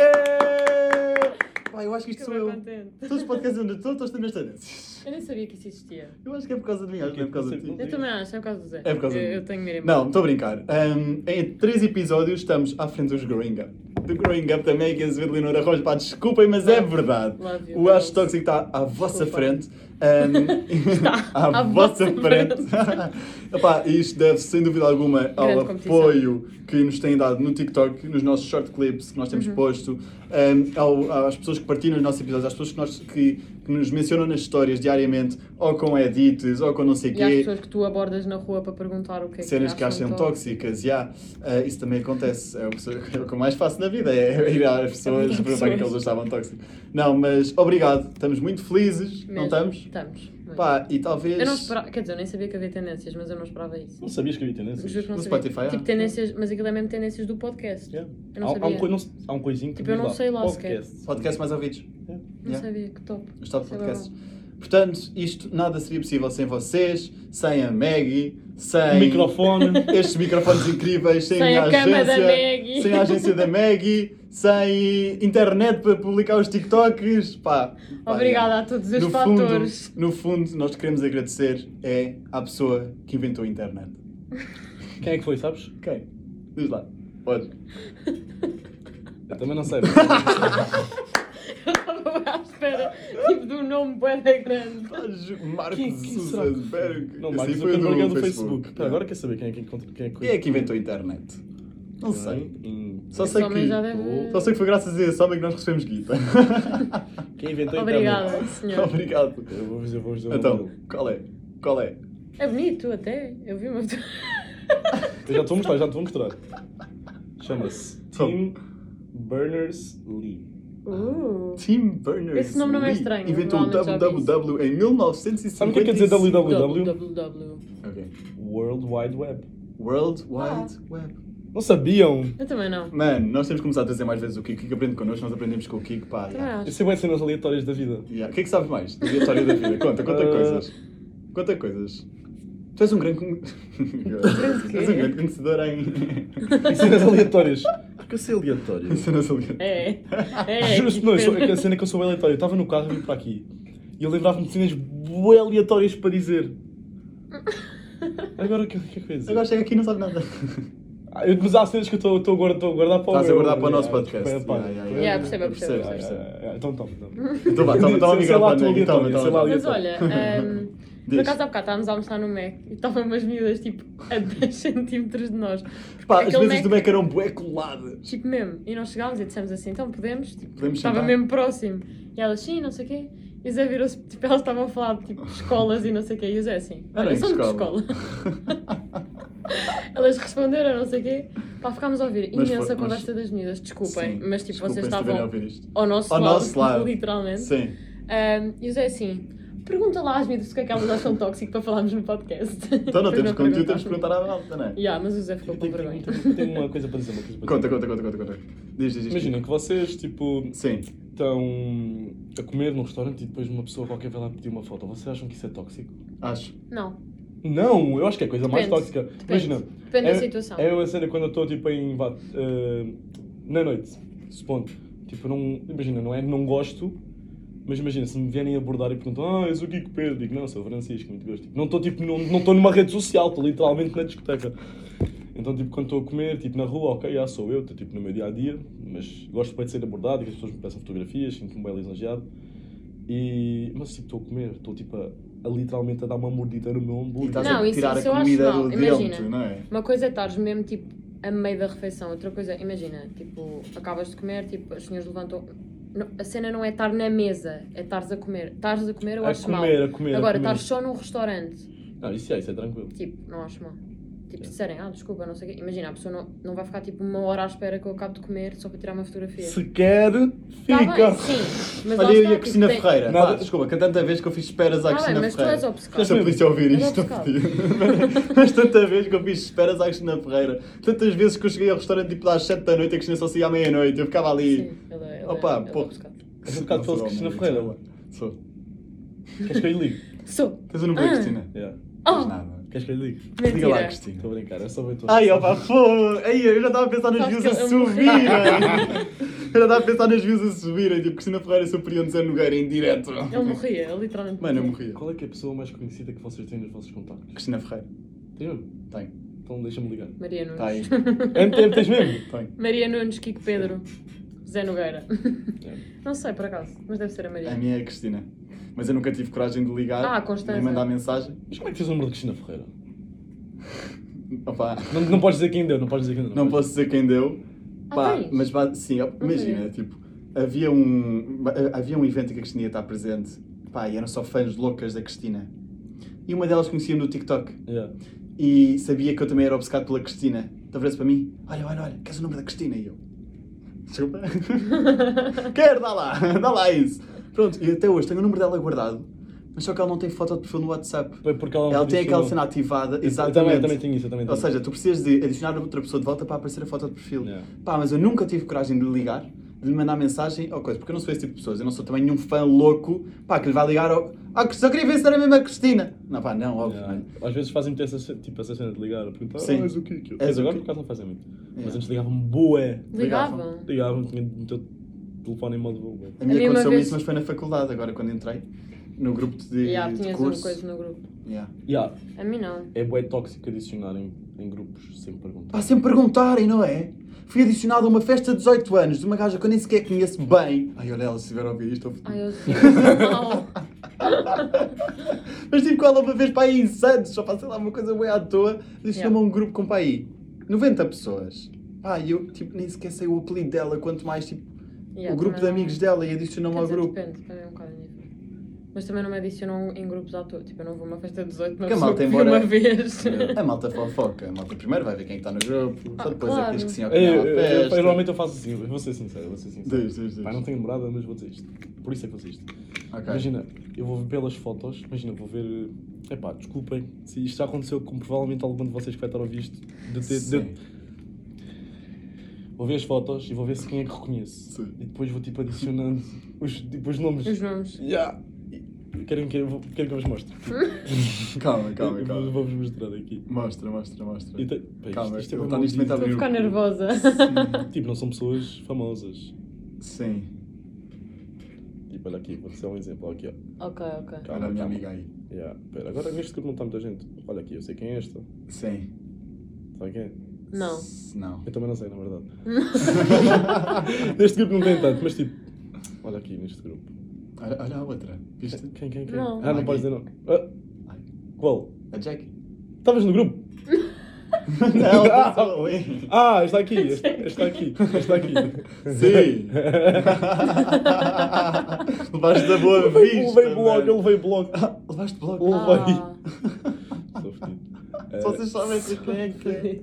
Speaker 2: É! Pá, eu acho que isto
Speaker 4: Fiquei
Speaker 2: sou
Speaker 4: bem
Speaker 2: eu.
Speaker 4: contente.
Speaker 2: Todos os podcasts onde eu estou, estou nas tendências.
Speaker 4: Eu nem sabia que isso existia.
Speaker 2: Eu acho que é por causa de mim, acho que não é por causa de ti.
Speaker 4: Eu também acho, é por causa do Zé.
Speaker 2: É por causa
Speaker 4: eu,
Speaker 2: do-
Speaker 4: eu tenho medo.
Speaker 2: Não, estou a brincar. Um, em três episódios estamos à frente dos Growing Up. Do Growing Up também, que é de Leonora Rocha. Pá, desculpem, mas é verdade.
Speaker 4: Love you,
Speaker 2: O Acho
Speaker 4: girls.
Speaker 2: Tóxico está à vossa
Speaker 4: Desculpa.
Speaker 2: frente. Um,
Speaker 4: <laughs>
Speaker 2: <laughs>
Speaker 4: Está
Speaker 2: à,
Speaker 4: à
Speaker 2: vossa
Speaker 4: vossa
Speaker 2: frente. <laughs> Epá, isto deve sem dúvida alguma ao
Speaker 4: Grande competição.
Speaker 2: apoio que nos têm dado no TikTok, nos nossos short clips que nós
Speaker 4: Uhum.
Speaker 2: temos posto, um, ao- às pessoas que partilham os nossos episódios, às pessoas que, nós- que- que nos mencionam nas histórias diariamente, ou com edits, ou com não sei o
Speaker 4: E às
Speaker 2: quê
Speaker 4: pessoas que tu abordas na rua para perguntar o que é
Speaker 2: cenas que acham tóxicas, já. Ah, isso também acontece. É o, que, sou- é o que eu mais faço na vida, é <laughs> ir às pessoas e perguntar que elas estavam tóxicas. Não, mas obrigado. Estamos muito felizes, não
Speaker 4: Mesmo.
Speaker 2: estamos?
Speaker 4: Estamos. muito.
Speaker 2: Pá, e talvez.
Speaker 4: Eu não esperava, quer dizer, eu nem sabia que havia tendências, mas eu não esperava isso.
Speaker 1: Não sabias que havia tendências?
Speaker 4: Juro que não
Speaker 2: No
Speaker 4: sabia.
Speaker 2: Spotify,
Speaker 4: tipo,
Speaker 2: ah.
Speaker 4: tendências, mas aquilo é mesmo tendências do podcast.
Speaker 1: Yeah.
Speaker 4: Eu não
Speaker 1: há, há um
Speaker 4: sabia.
Speaker 1: coi- não se- há um coisinho que
Speaker 4: Tipo, eu
Speaker 1: diz
Speaker 4: não sei lá sequer.
Speaker 1: podcast.
Speaker 2: Podcast mais ouvidos.
Speaker 4: Não
Speaker 2: Yeah.
Speaker 4: sabia, que top.
Speaker 2: Os top
Speaker 4: Isso é
Speaker 2: podcasts.
Speaker 4: bom.
Speaker 2: Portanto, isto nada seria possível sem vocês, sem a Maggie,
Speaker 1: O
Speaker 2: sem.
Speaker 1: Microfone.
Speaker 2: <laughs> Estes microfones incríveis, sem,
Speaker 4: Sem a cama da
Speaker 2: agência,
Speaker 4: Maggie.
Speaker 2: sem a agência da Maggie, sem internet para publicar os TikToks, pá. pá,
Speaker 4: Obrigada
Speaker 2: yeah.
Speaker 4: a todos os
Speaker 2: no
Speaker 4: fatores. <laughs>
Speaker 2: Fundo, no fundo, nós queremos agradecer é à pessoa que inventou a internet.
Speaker 1: Quem é que foi, sabes?
Speaker 2: Ok? Diz lá. Pode.
Speaker 1: Eu também não
Speaker 4: <laughs>
Speaker 1: sei. mas-
Speaker 4: Eu estava à espera, tipo, de um nome bué grande.
Speaker 2: Marcos
Speaker 1: Quem- quem será que-
Speaker 2: Zuckerberg.
Speaker 1: Não,
Speaker 4: tipo
Speaker 2: Esse
Speaker 1: Mark
Speaker 2: aí foi
Speaker 1: Zuckerberg é do Facebook. Pera, Agora quer saber quem é que encontra. Quem é
Speaker 2: Quem é que inventou a internet? Não sei.
Speaker 1: Em-
Speaker 2: Só
Speaker 4: Esse
Speaker 2: sei,
Speaker 4: homem
Speaker 2: que,
Speaker 4: já deve-
Speaker 2: só sei que foi graças a esse homem que nós
Speaker 1: <laughs>
Speaker 2: recebemos guita.
Speaker 1: Quem inventou a
Speaker 4: Obrigada,
Speaker 1: internet?
Speaker 4: senhor.
Speaker 2: Obrigado.
Speaker 1: Eu vou dizer, vou dizer o nome
Speaker 2: Então,
Speaker 1: dele.
Speaker 2: qual é? Qual é?
Speaker 4: É bonito até, eu vi uma foto.
Speaker 2: <laughs>
Speaker 1: Eu já te vou mostrar, já te vou mostrar. Chama-se
Speaker 4: Então.
Speaker 2: Como?
Speaker 1: Tim Berners-Lee.
Speaker 4: Uh.
Speaker 2: Tim Berners-Lee.
Speaker 4: Esse nome não é estranho,
Speaker 2: Inventou o
Speaker 4: provavelmente já vi isso.
Speaker 2: www em 1950.
Speaker 1: Sabe o que é que quer dizer www?
Speaker 4: www.
Speaker 2: Ok.
Speaker 1: World Wide Web. Ah.
Speaker 2: World Wide Web.
Speaker 1: Não sabiam.
Speaker 4: Eu também não.
Speaker 2: Mano, nós temos que começar a trazer mais vezes o Kiko. O Kiko aprende connosco, nós aprendemos com o Kiko, pá.
Speaker 4: Também
Speaker 2: yeah.
Speaker 1: Eu
Speaker 4: acho.
Speaker 1: sei bem é cenas aleatórias da vida.
Speaker 2: Yeah. O que é que sabes mais? Da história da vida. Conta, conta
Speaker 1: Ah.
Speaker 2: coisas. Conta coisas. Tu és um grande. <laughs> con-
Speaker 4: quê?
Speaker 2: Tu és um grande conhecedor em. <laughs>
Speaker 1: E cenas aleatórias. Porque eu sei aleatório.
Speaker 2: cenas aleatórias.
Speaker 4: É. É.
Speaker 1: Juro-te, não, eu sou- a cena é que eu sou bem aleatório. Eu estava no carro e vim para aqui. E eu lembrava-me de cenas bem aleatórias para dizer. Agora o que, o que é que eu ia dizer?
Speaker 2: Agora chega aqui e não sabe nada.
Speaker 1: Ah, eu- mas há cenas que eu estou estou a guardar, estou a guardar para o
Speaker 2: Estás a
Speaker 1: meu-
Speaker 2: guardar para o nosso
Speaker 1: Ah,
Speaker 2: podcast.
Speaker 1: para- para-
Speaker 2: Yeah, yeah,
Speaker 1: para-
Speaker 2: yeah,
Speaker 4: Yeah, percebo,
Speaker 2: eu percebo,
Speaker 4: percebo.
Speaker 2: percebo.
Speaker 1: Ah, ah, ah, Então, então, então.
Speaker 2: <laughs> Então vá, toma, toma o
Speaker 1: Sei lá,
Speaker 2: microfone aí.
Speaker 1: tu
Speaker 2: Toma,
Speaker 1: aleatório, sei
Speaker 2: toma,
Speaker 1: lá,
Speaker 2: toma.
Speaker 4: Mas
Speaker 2: <laughs>
Speaker 4: olha, ahm, por
Speaker 2: Diz.
Speaker 4: acaso há bocado estávamos a almoçar no Mac e estavam umas miúdas tipo a 10 <laughs> centímetros de nós.
Speaker 2: Pá, as
Speaker 4: aquele
Speaker 2: mesas
Speaker 4: Mac-
Speaker 2: do Mac eram um bué coladas.
Speaker 4: Tipo mesmo. E nós chegámos e dissemos assim, então podemos? Tipo,
Speaker 2: Podemos
Speaker 4: estava
Speaker 2: sentar?
Speaker 4: mesmo próximo. E elas, sim, não sei o quê. E o Zé virou-se, tipo, elas estavam a falar de tipo, escolas e não sei o quê. E o Zé assim,
Speaker 2: Era
Speaker 4: olha,
Speaker 2: em
Speaker 4: são de que
Speaker 2: escola. <laughs>
Speaker 4: escola. <laughs> elas responderam, não sei o quê. Pá, ficámos a ouvir
Speaker 2: Mas
Speaker 4: imensa
Speaker 2: foi- mas-
Speaker 4: conversa das miúdas, desculpem,
Speaker 2: Sim,
Speaker 4: mas tipo,
Speaker 2: desculpem
Speaker 4: vocês
Speaker 2: se tiverem a
Speaker 4: estavam
Speaker 2: ouvir isto.
Speaker 4: ao nosso,
Speaker 2: Ao
Speaker 4: lado,
Speaker 2: nosso lado.
Speaker 4: <laughs> literalmente.
Speaker 2: Sim.
Speaker 4: Ahm, e o Zé assim, pergunta lá às miúdas o que é que elas acham tóxico para falarmos no podcast.
Speaker 2: Então
Speaker 4: <laughs>
Speaker 2: não
Speaker 4: Porque
Speaker 2: temos conteúdo, temos
Speaker 4: perguntámos.
Speaker 2: que perguntar à malta, não é?
Speaker 4: Yeah, mas o Zé ficou
Speaker 1: Eu
Speaker 4: com
Speaker 1: tenho,
Speaker 4: vergonha. <laughs>
Speaker 1: tenho- tenho uma coisa para dizer, uma coisa para
Speaker 2: Conta,
Speaker 1: dizer.
Speaker 2: conta, conta, conta, conta. Diz, diz, diz.
Speaker 1: Imaginem que vocês, tipo,
Speaker 2: Sim.
Speaker 1: estão a comer num restaurante e depois uma pessoa qualquer vai lá pedir uma foto. Vocês acham que isso é tóxico?
Speaker 2: Acho.
Speaker 4: Não,
Speaker 1: Não, eu acho que é a coisa mais
Speaker 4: Depende.
Speaker 1: tóxica.
Speaker 4: depende.
Speaker 1: Imagina,
Speaker 4: Depende
Speaker 1: é,
Speaker 4: da situação.
Speaker 1: É uma cena quando eu estou tipo em. vá, eh, na noite, supondo. Tipo, não, imagina, não é não gosto, mas imagina, se me vierem abordar e perguntam, ah, és o Kiko Pedro, digo, não, sou o Francisco, muito gosto. Tipo, não estou tipo, não não estou numa rede social, estou literalmente na discoteca. Então, tipo, quando estou a comer, tipo, na rua, ok, já sou eu, estou tipo no meu dia a dia, mas gosto bem de ser abordado e que as pessoas me peçam fotografias, sinto-me bem lisonjeado. E, mas tipo, estou a comer, estou tipo a, a literalmente a dar uma mordida no meu
Speaker 2: E
Speaker 1: hambúrguer.
Speaker 2: estás
Speaker 4: Não,
Speaker 2: a
Speaker 4: isso-
Speaker 2: tirar
Speaker 4: isso eu
Speaker 2: a
Speaker 4: acho
Speaker 2: comida
Speaker 4: mal,
Speaker 2: do
Speaker 4: imagina.
Speaker 2: dente, não é?
Speaker 4: Uma coisa é estares mesmo tipo a meio da refeição, outra coisa, imagina, tipo, acabas de comer, tipo, as senhoras levantam. Não, a cena não é estar na mesa, é estares a comer. Estares a comer, eu
Speaker 1: A
Speaker 4: acho
Speaker 1: É comer,
Speaker 4: mal.
Speaker 1: a comer, a
Speaker 4: Agora,
Speaker 1: comer.
Speaker 4: estares só num restaurante,
Speaker 1: Não, isso é, isso é tranquilo.
Speaker 4: tipo, não acho mal. Tipo, se disserem, ah, desculpa, não sei o quê. Imagina, a pessoa não, não vai ficar tipo uma hora à espera que eu acabo de comer só para tirar uma fotografia.
Speaker 1: Se quer,
Speaker 4: Tá
Speaker 1: fica.
Speaker 4: bem, sim. Mas lá
Speaker 2: Olha eu e
Speaker 4: está,
Speaker 2: a
Speaker 4: tipo,
Speaker 2: Cristina
Speaker 4: tem-
Speaker 2: Ferreira.
Speaker 1: Nada-
Speaker 2: Pá, desculpa, que é tanta vez que eu fiz esperas à
Speaker 4: Tá
Speaker 2: Cristina
Speaker 4: bem, mas tu
Speaker 2: Ferreira.
Speaker 4: és obcecado.
Speaker 2: Se a polícia ouvir
Speaker 4: És
Speaker 2: isto,
Speaker 4: obcecado.
Speaker 2: podia. <laughs> Mas tanta vez que eu fiz esperas à Cristina Ferreira. Tantas vezes que eu cheguei ao restaurante tipo às 7 da noite e a Cristina só saía à meia-noite. Eu ficava ali.
Speaker 4: Sim, ele é- ele
Speaker 2: Opa,
Speaker 4: é- ele é
Speaker 2: porra.
Speaker 4: obcecado.
Speaker 1: És um bocado
Speaker 2: Não, sou
Speaker 1: falso, Cristina
Speaker 2: homem,
Speaker 1: Ferreira.
Speaker 2: desculpa. Sou.
Speaker 1: Queres que eu lhe ligue?
Speaker 4: Sou.
Speaker 2: Tens o número da
Speaker 4: Ah.
Speaker 2: Cristina?
Speaker 1: Yeah.
Speaker 2: Tens
Speaker 4: Oh,
Speaker 2: nada.
Speaker 1: Queres que eu lhe ligue?
Speaker 2: Liga lá,
Speaker 4: mentira.
Speaker 2: Cristina.
Speaker 1: Estou a brincar, é só ver tua.
Speaker 2: Ai, opa, fogo! Ei, eu já estava a pensar nas
Speaker 4: Sabes
Speaker 2: views
Speaker 4: que
Speaker 2: a
Speaker 4: eu morri.
Speaker 2: subirem! Eu já estava a pensar nas views a subirem, tipo, Cristina Ferreira superior de Zé Nogueira em direto.
Speaker 4: Ele morria, ele literalmente.
Speaker 2: Mano, eu
Speaker 4: morria.
Speaker 2: morria.
Speaker 1: Qual é que é a pessoa mais conhecida que vocês têm nos vossos contactos?
Speaker 2: Cristina Ferreira.
Speaker 1: Tens mesmo?
Speaker 2: Tenho,
Speaker 1: Então deixa-me ligar.
Speaker 4: Maria Nunes.
Speaker 2: Tá aí.
Speaker 1: MTM, tens mesmo?
Speaker 2: tenho.
Speaker 4: Maria Nunes, Kiko Pedro,
Speaker 2: <laughs>
Speaker 4: Zé Nogueira.
Speaker 1: É.
Speaker 4: Não sei por acaso, mas deve ser a Maria.
Speaker 2: A minha é a Cristina. Mas eu nunca tive coragem de ligar
Speaker 4: Ah, Constanza.
Speaker 2: nem mandar mensagem.
Speaker 1: Mas como é que tens o número de Cristina Ferreira?
Speaker 2: Opa,
Speaker 1: Não, não podes dizer quem deu, não podes dizer quem deu.
Speaker 2: não
Speaker 1: podes.
Speaker 2: posso dizer quem deu.
Speaker 4: Ah,
Speaker 2: Pá,
Speaker 4: tens?
Speaker 2: mas ba- sim, op-
Speaker 4: Não
Speaker 2: imagina,
Speaker 4: sabia.
Speaker 2: tipo, havia um, ba- havia um evento em que a Cristina ia estar presente. Pá, e eram só fãs loucas da Cristina. E uma delas conhecia-me no TikTok.
Speaker 1: Yeah.
Speaker 2: e sabia que eu também era obcecado pela Cristina. Então virou-se para mim: Olha, olha, olha, queres o número da Cristina? E eu: Desculpa, <laughs> quero, dá lá, dá lá isso. Pronto, e até hoje tenho o número dela guardado, mas só que ela não tem foto de perfil no WhatsApp.
Speaker 1: Foi porque ela não
Speaker 2: Ela
Speaker 1: podia
Speaker 2: tem aquela
Speaker 1: ser-
Speaker 2: cena ativada,
Speaker 1: Eu
Speaker 2: exatamente.
Speaker 1: também- um eu também tenho isso, eu também
Speaker 2: Ou
Speaker 1: tenho.
Speaker 2: seja, tu precisas de adicionar outra pessoa de volta para aparecer a foto de perfil.
Speaker 1: Yeah.
Speaker 2: Pá, mas eu nunca tive coragem de lhe ligar, de lhe mandar mensagem ou coisa, porque eu não sou esse tipo de pessoas. Eu não sou também nenhum fã louco, pá, que lhe vai ligar ao... Ah, que só queria ver se era mesmo a Cristina. Não, pá, não, óbvio.
Speaker 1: Yeah. Às vezes fazem-me essa, ce- tipo, essa cena de ligar, a perguntar,
Speaker 2: Sim.
Speaker 1: ah, és o Kiko.
Speaker 2: És
Speaker 1: Mas
Speaker 2: o
Speaker 1: agora
Speaker 2: Kiko.
Speaker 1: por acaso não fazem muito. Mas
Speaker 2: Yeah.
Speaker 1: antes ligavam-me boé.
Speaker 4: <laughs> Ligavam.
Speaker 1: Ligavam-me, tinha o teu telefone em modo boé.
Speaker 2: A minha
Speaker 4: A mim uma
Speaker 2: aconteceu-me
Speaker 4: vez-
Speaker 2: isso, mas foi na faculdade, agora quando entrei, no grupo de,
Speaker 4: Yeah,
Speaker 2: de
Speaker 4: tinhas
Speaker 2: curso.
Speaker 4: uma coisa no grupo.
Speaker 2: Yeah.
Speaker 1: Yeah.
Speaker 4: A mim não.
Speaker 1: É bué tóxico adicionar em, em grupos sem perguntar.
Speaker 2: Pá, sempre perguntarem, não é? Fui adicionado a uma festa de 18 anos de uma gaja que eu nem sequer conheço bem. Ai, olha ela, se tiver a ouvir isto, eu...
Speaker 4: Ai, <laughs> eu sei. Não.
Speaker 2: Mas tive com ela uma vez para aí em Santos, só passei lá uma coisa bem à toa. Adicionou-me
Speaker 4: Yeah.
Speaker 2: a um grupo com para aí 90 pessoas. Pá, e eu tipo, nem sequer sei o apelido dela, quanto mais tipo,
Speaker 4: Yeah,
Speaker 2: o grupo de
Speaker 4: também não-
Speaker 2: amigos dela e adicionou-me
Speaker 4: Quer
Speaker 2: ao
Speaker 4: dizer,
Speaker 2: grupo.
Speaker 4: Depende, também é um bocado diferente. Mas também não me adicionam em grupos à toa. Tipo, eu não vou a uma festa de 18, mas
Speaker 2: Que a
Speaker 4: pessoa
Speaker 2: malta
Speaker 4: que vi
Speaker 2: embora- É. <laughs>
Speaker 4: uma vez.
Speaker 2: A malta fofoca, a malta primeiro vai ver quem está no grupo,
Speaker 4: Ah,
Speaker 2: só depois é
Speaker 4: claro.
Speaker 2: que diz que sim
Speaker 1: Eu,
Speaker 2: ou que não à
Speaker 1: eu- eu- eu- eu
Speaker 2: festa.
Speaker 1: normalmente eu faço assim, eu vou ser sincero, vou ser sincero.
Speaker 2: Diz, diz, diz.
Speaker 1: Pá, não tenho namorada, mas vou dizer isto. Por isso é que vou dizer isto.
Speaker 2: Ok.
Speaker 1: Imagina, eu vou ver pelas fotos, imagina, vou ver. eh, Epá, desculpem se isto já aconteceu com provavelmente algum de vocês que vai estar a ouvir isto. De ter, de-
Speaker 2: Sim.
Speaker 1: Vou ver as fotos e vou ver se quem é que reconheço.
Speaker 2: Sim.
Speaker 1: E depois vou tipo adicionando os, tipo, os nomes.
Speaker 4: Os nomes.
Speaker 1: Yeah. E- Querem que, eu- querem que eu vos mostre?
Speaker 2: <laughs> Calma, calma,
Speaker 1: Eu vou-
Speaker 2: calma.
Speaker 1: Vou-vos mostrar aqui.
Speaker 2: Mostra, mostra, mostra.
Speaker 1: E tem- pá,
Speaker 2: Calma,
Speaker 1: isto- isto é
Speaker 2: ele
Speaker 1: uma
Speaker 2: tá neste
Speaker 1: maldita-
Speaker 2: momento a abrir
Speaker 4: Estou a ficar
Speaker 2: Eu-
Speaker 4: nervosa.
Speaker 1: Tipo, não são pessoas famosas.
Speaker 2: <laughs> Sim.
Speaker 1: Tipo, olha aqui, vou-te dar um exemplo. Olha Aqui, ó.
Speaker 4: ok, ok.
Speaker 2: Olha a minha amiga aí.
Speaker 1: Yeah. Pera, agora neste grupo não está muita gente. Olha aqui, eu sei quem é esta.
Speaker 2: Sim.
Speaker 1: Sabe quem é?
Speaker 4: Não.
Speaker 2: S- <laughs> Não.
Speaker 1: Eu também não sei, na verdade. <laughs> neste grupo não tem tanto, mas tipo... Olha aqui, neste grupo.
Speaker 2: Olha, olha a outra. Viste?
Speaker 1: Quem, quem, quem?
Speaker 4: Não.
Speaker 1: Ah, não podes dizer não. Ah,
Speaker 2: Ai.
Speaker 1: qual?
Speaker 2: A Jack?
Speaker 1: Estavas no grupo?
Speaker 2: <laughs> Não, não sou eu.
Speaker 1: Ah, está aqui, está está aqui, está <laughs> aqui. <laughs>
Speaker 2: Sim. <laughs> Levaste da boa vista.
Speaker 1: Eu levei bloco,
Speaker 2: mano.
Speaker 1: eu levei bloco.
Speaker 2: Ah, <laughs> Levaste bloco.
Speaker 1: Levei.
Speaker 4: Ah,
Speaker 1: Sou <laughs> fedido.
Speaker 2: Se vocês soubessem quem é que é.
Speaker 1: Eh,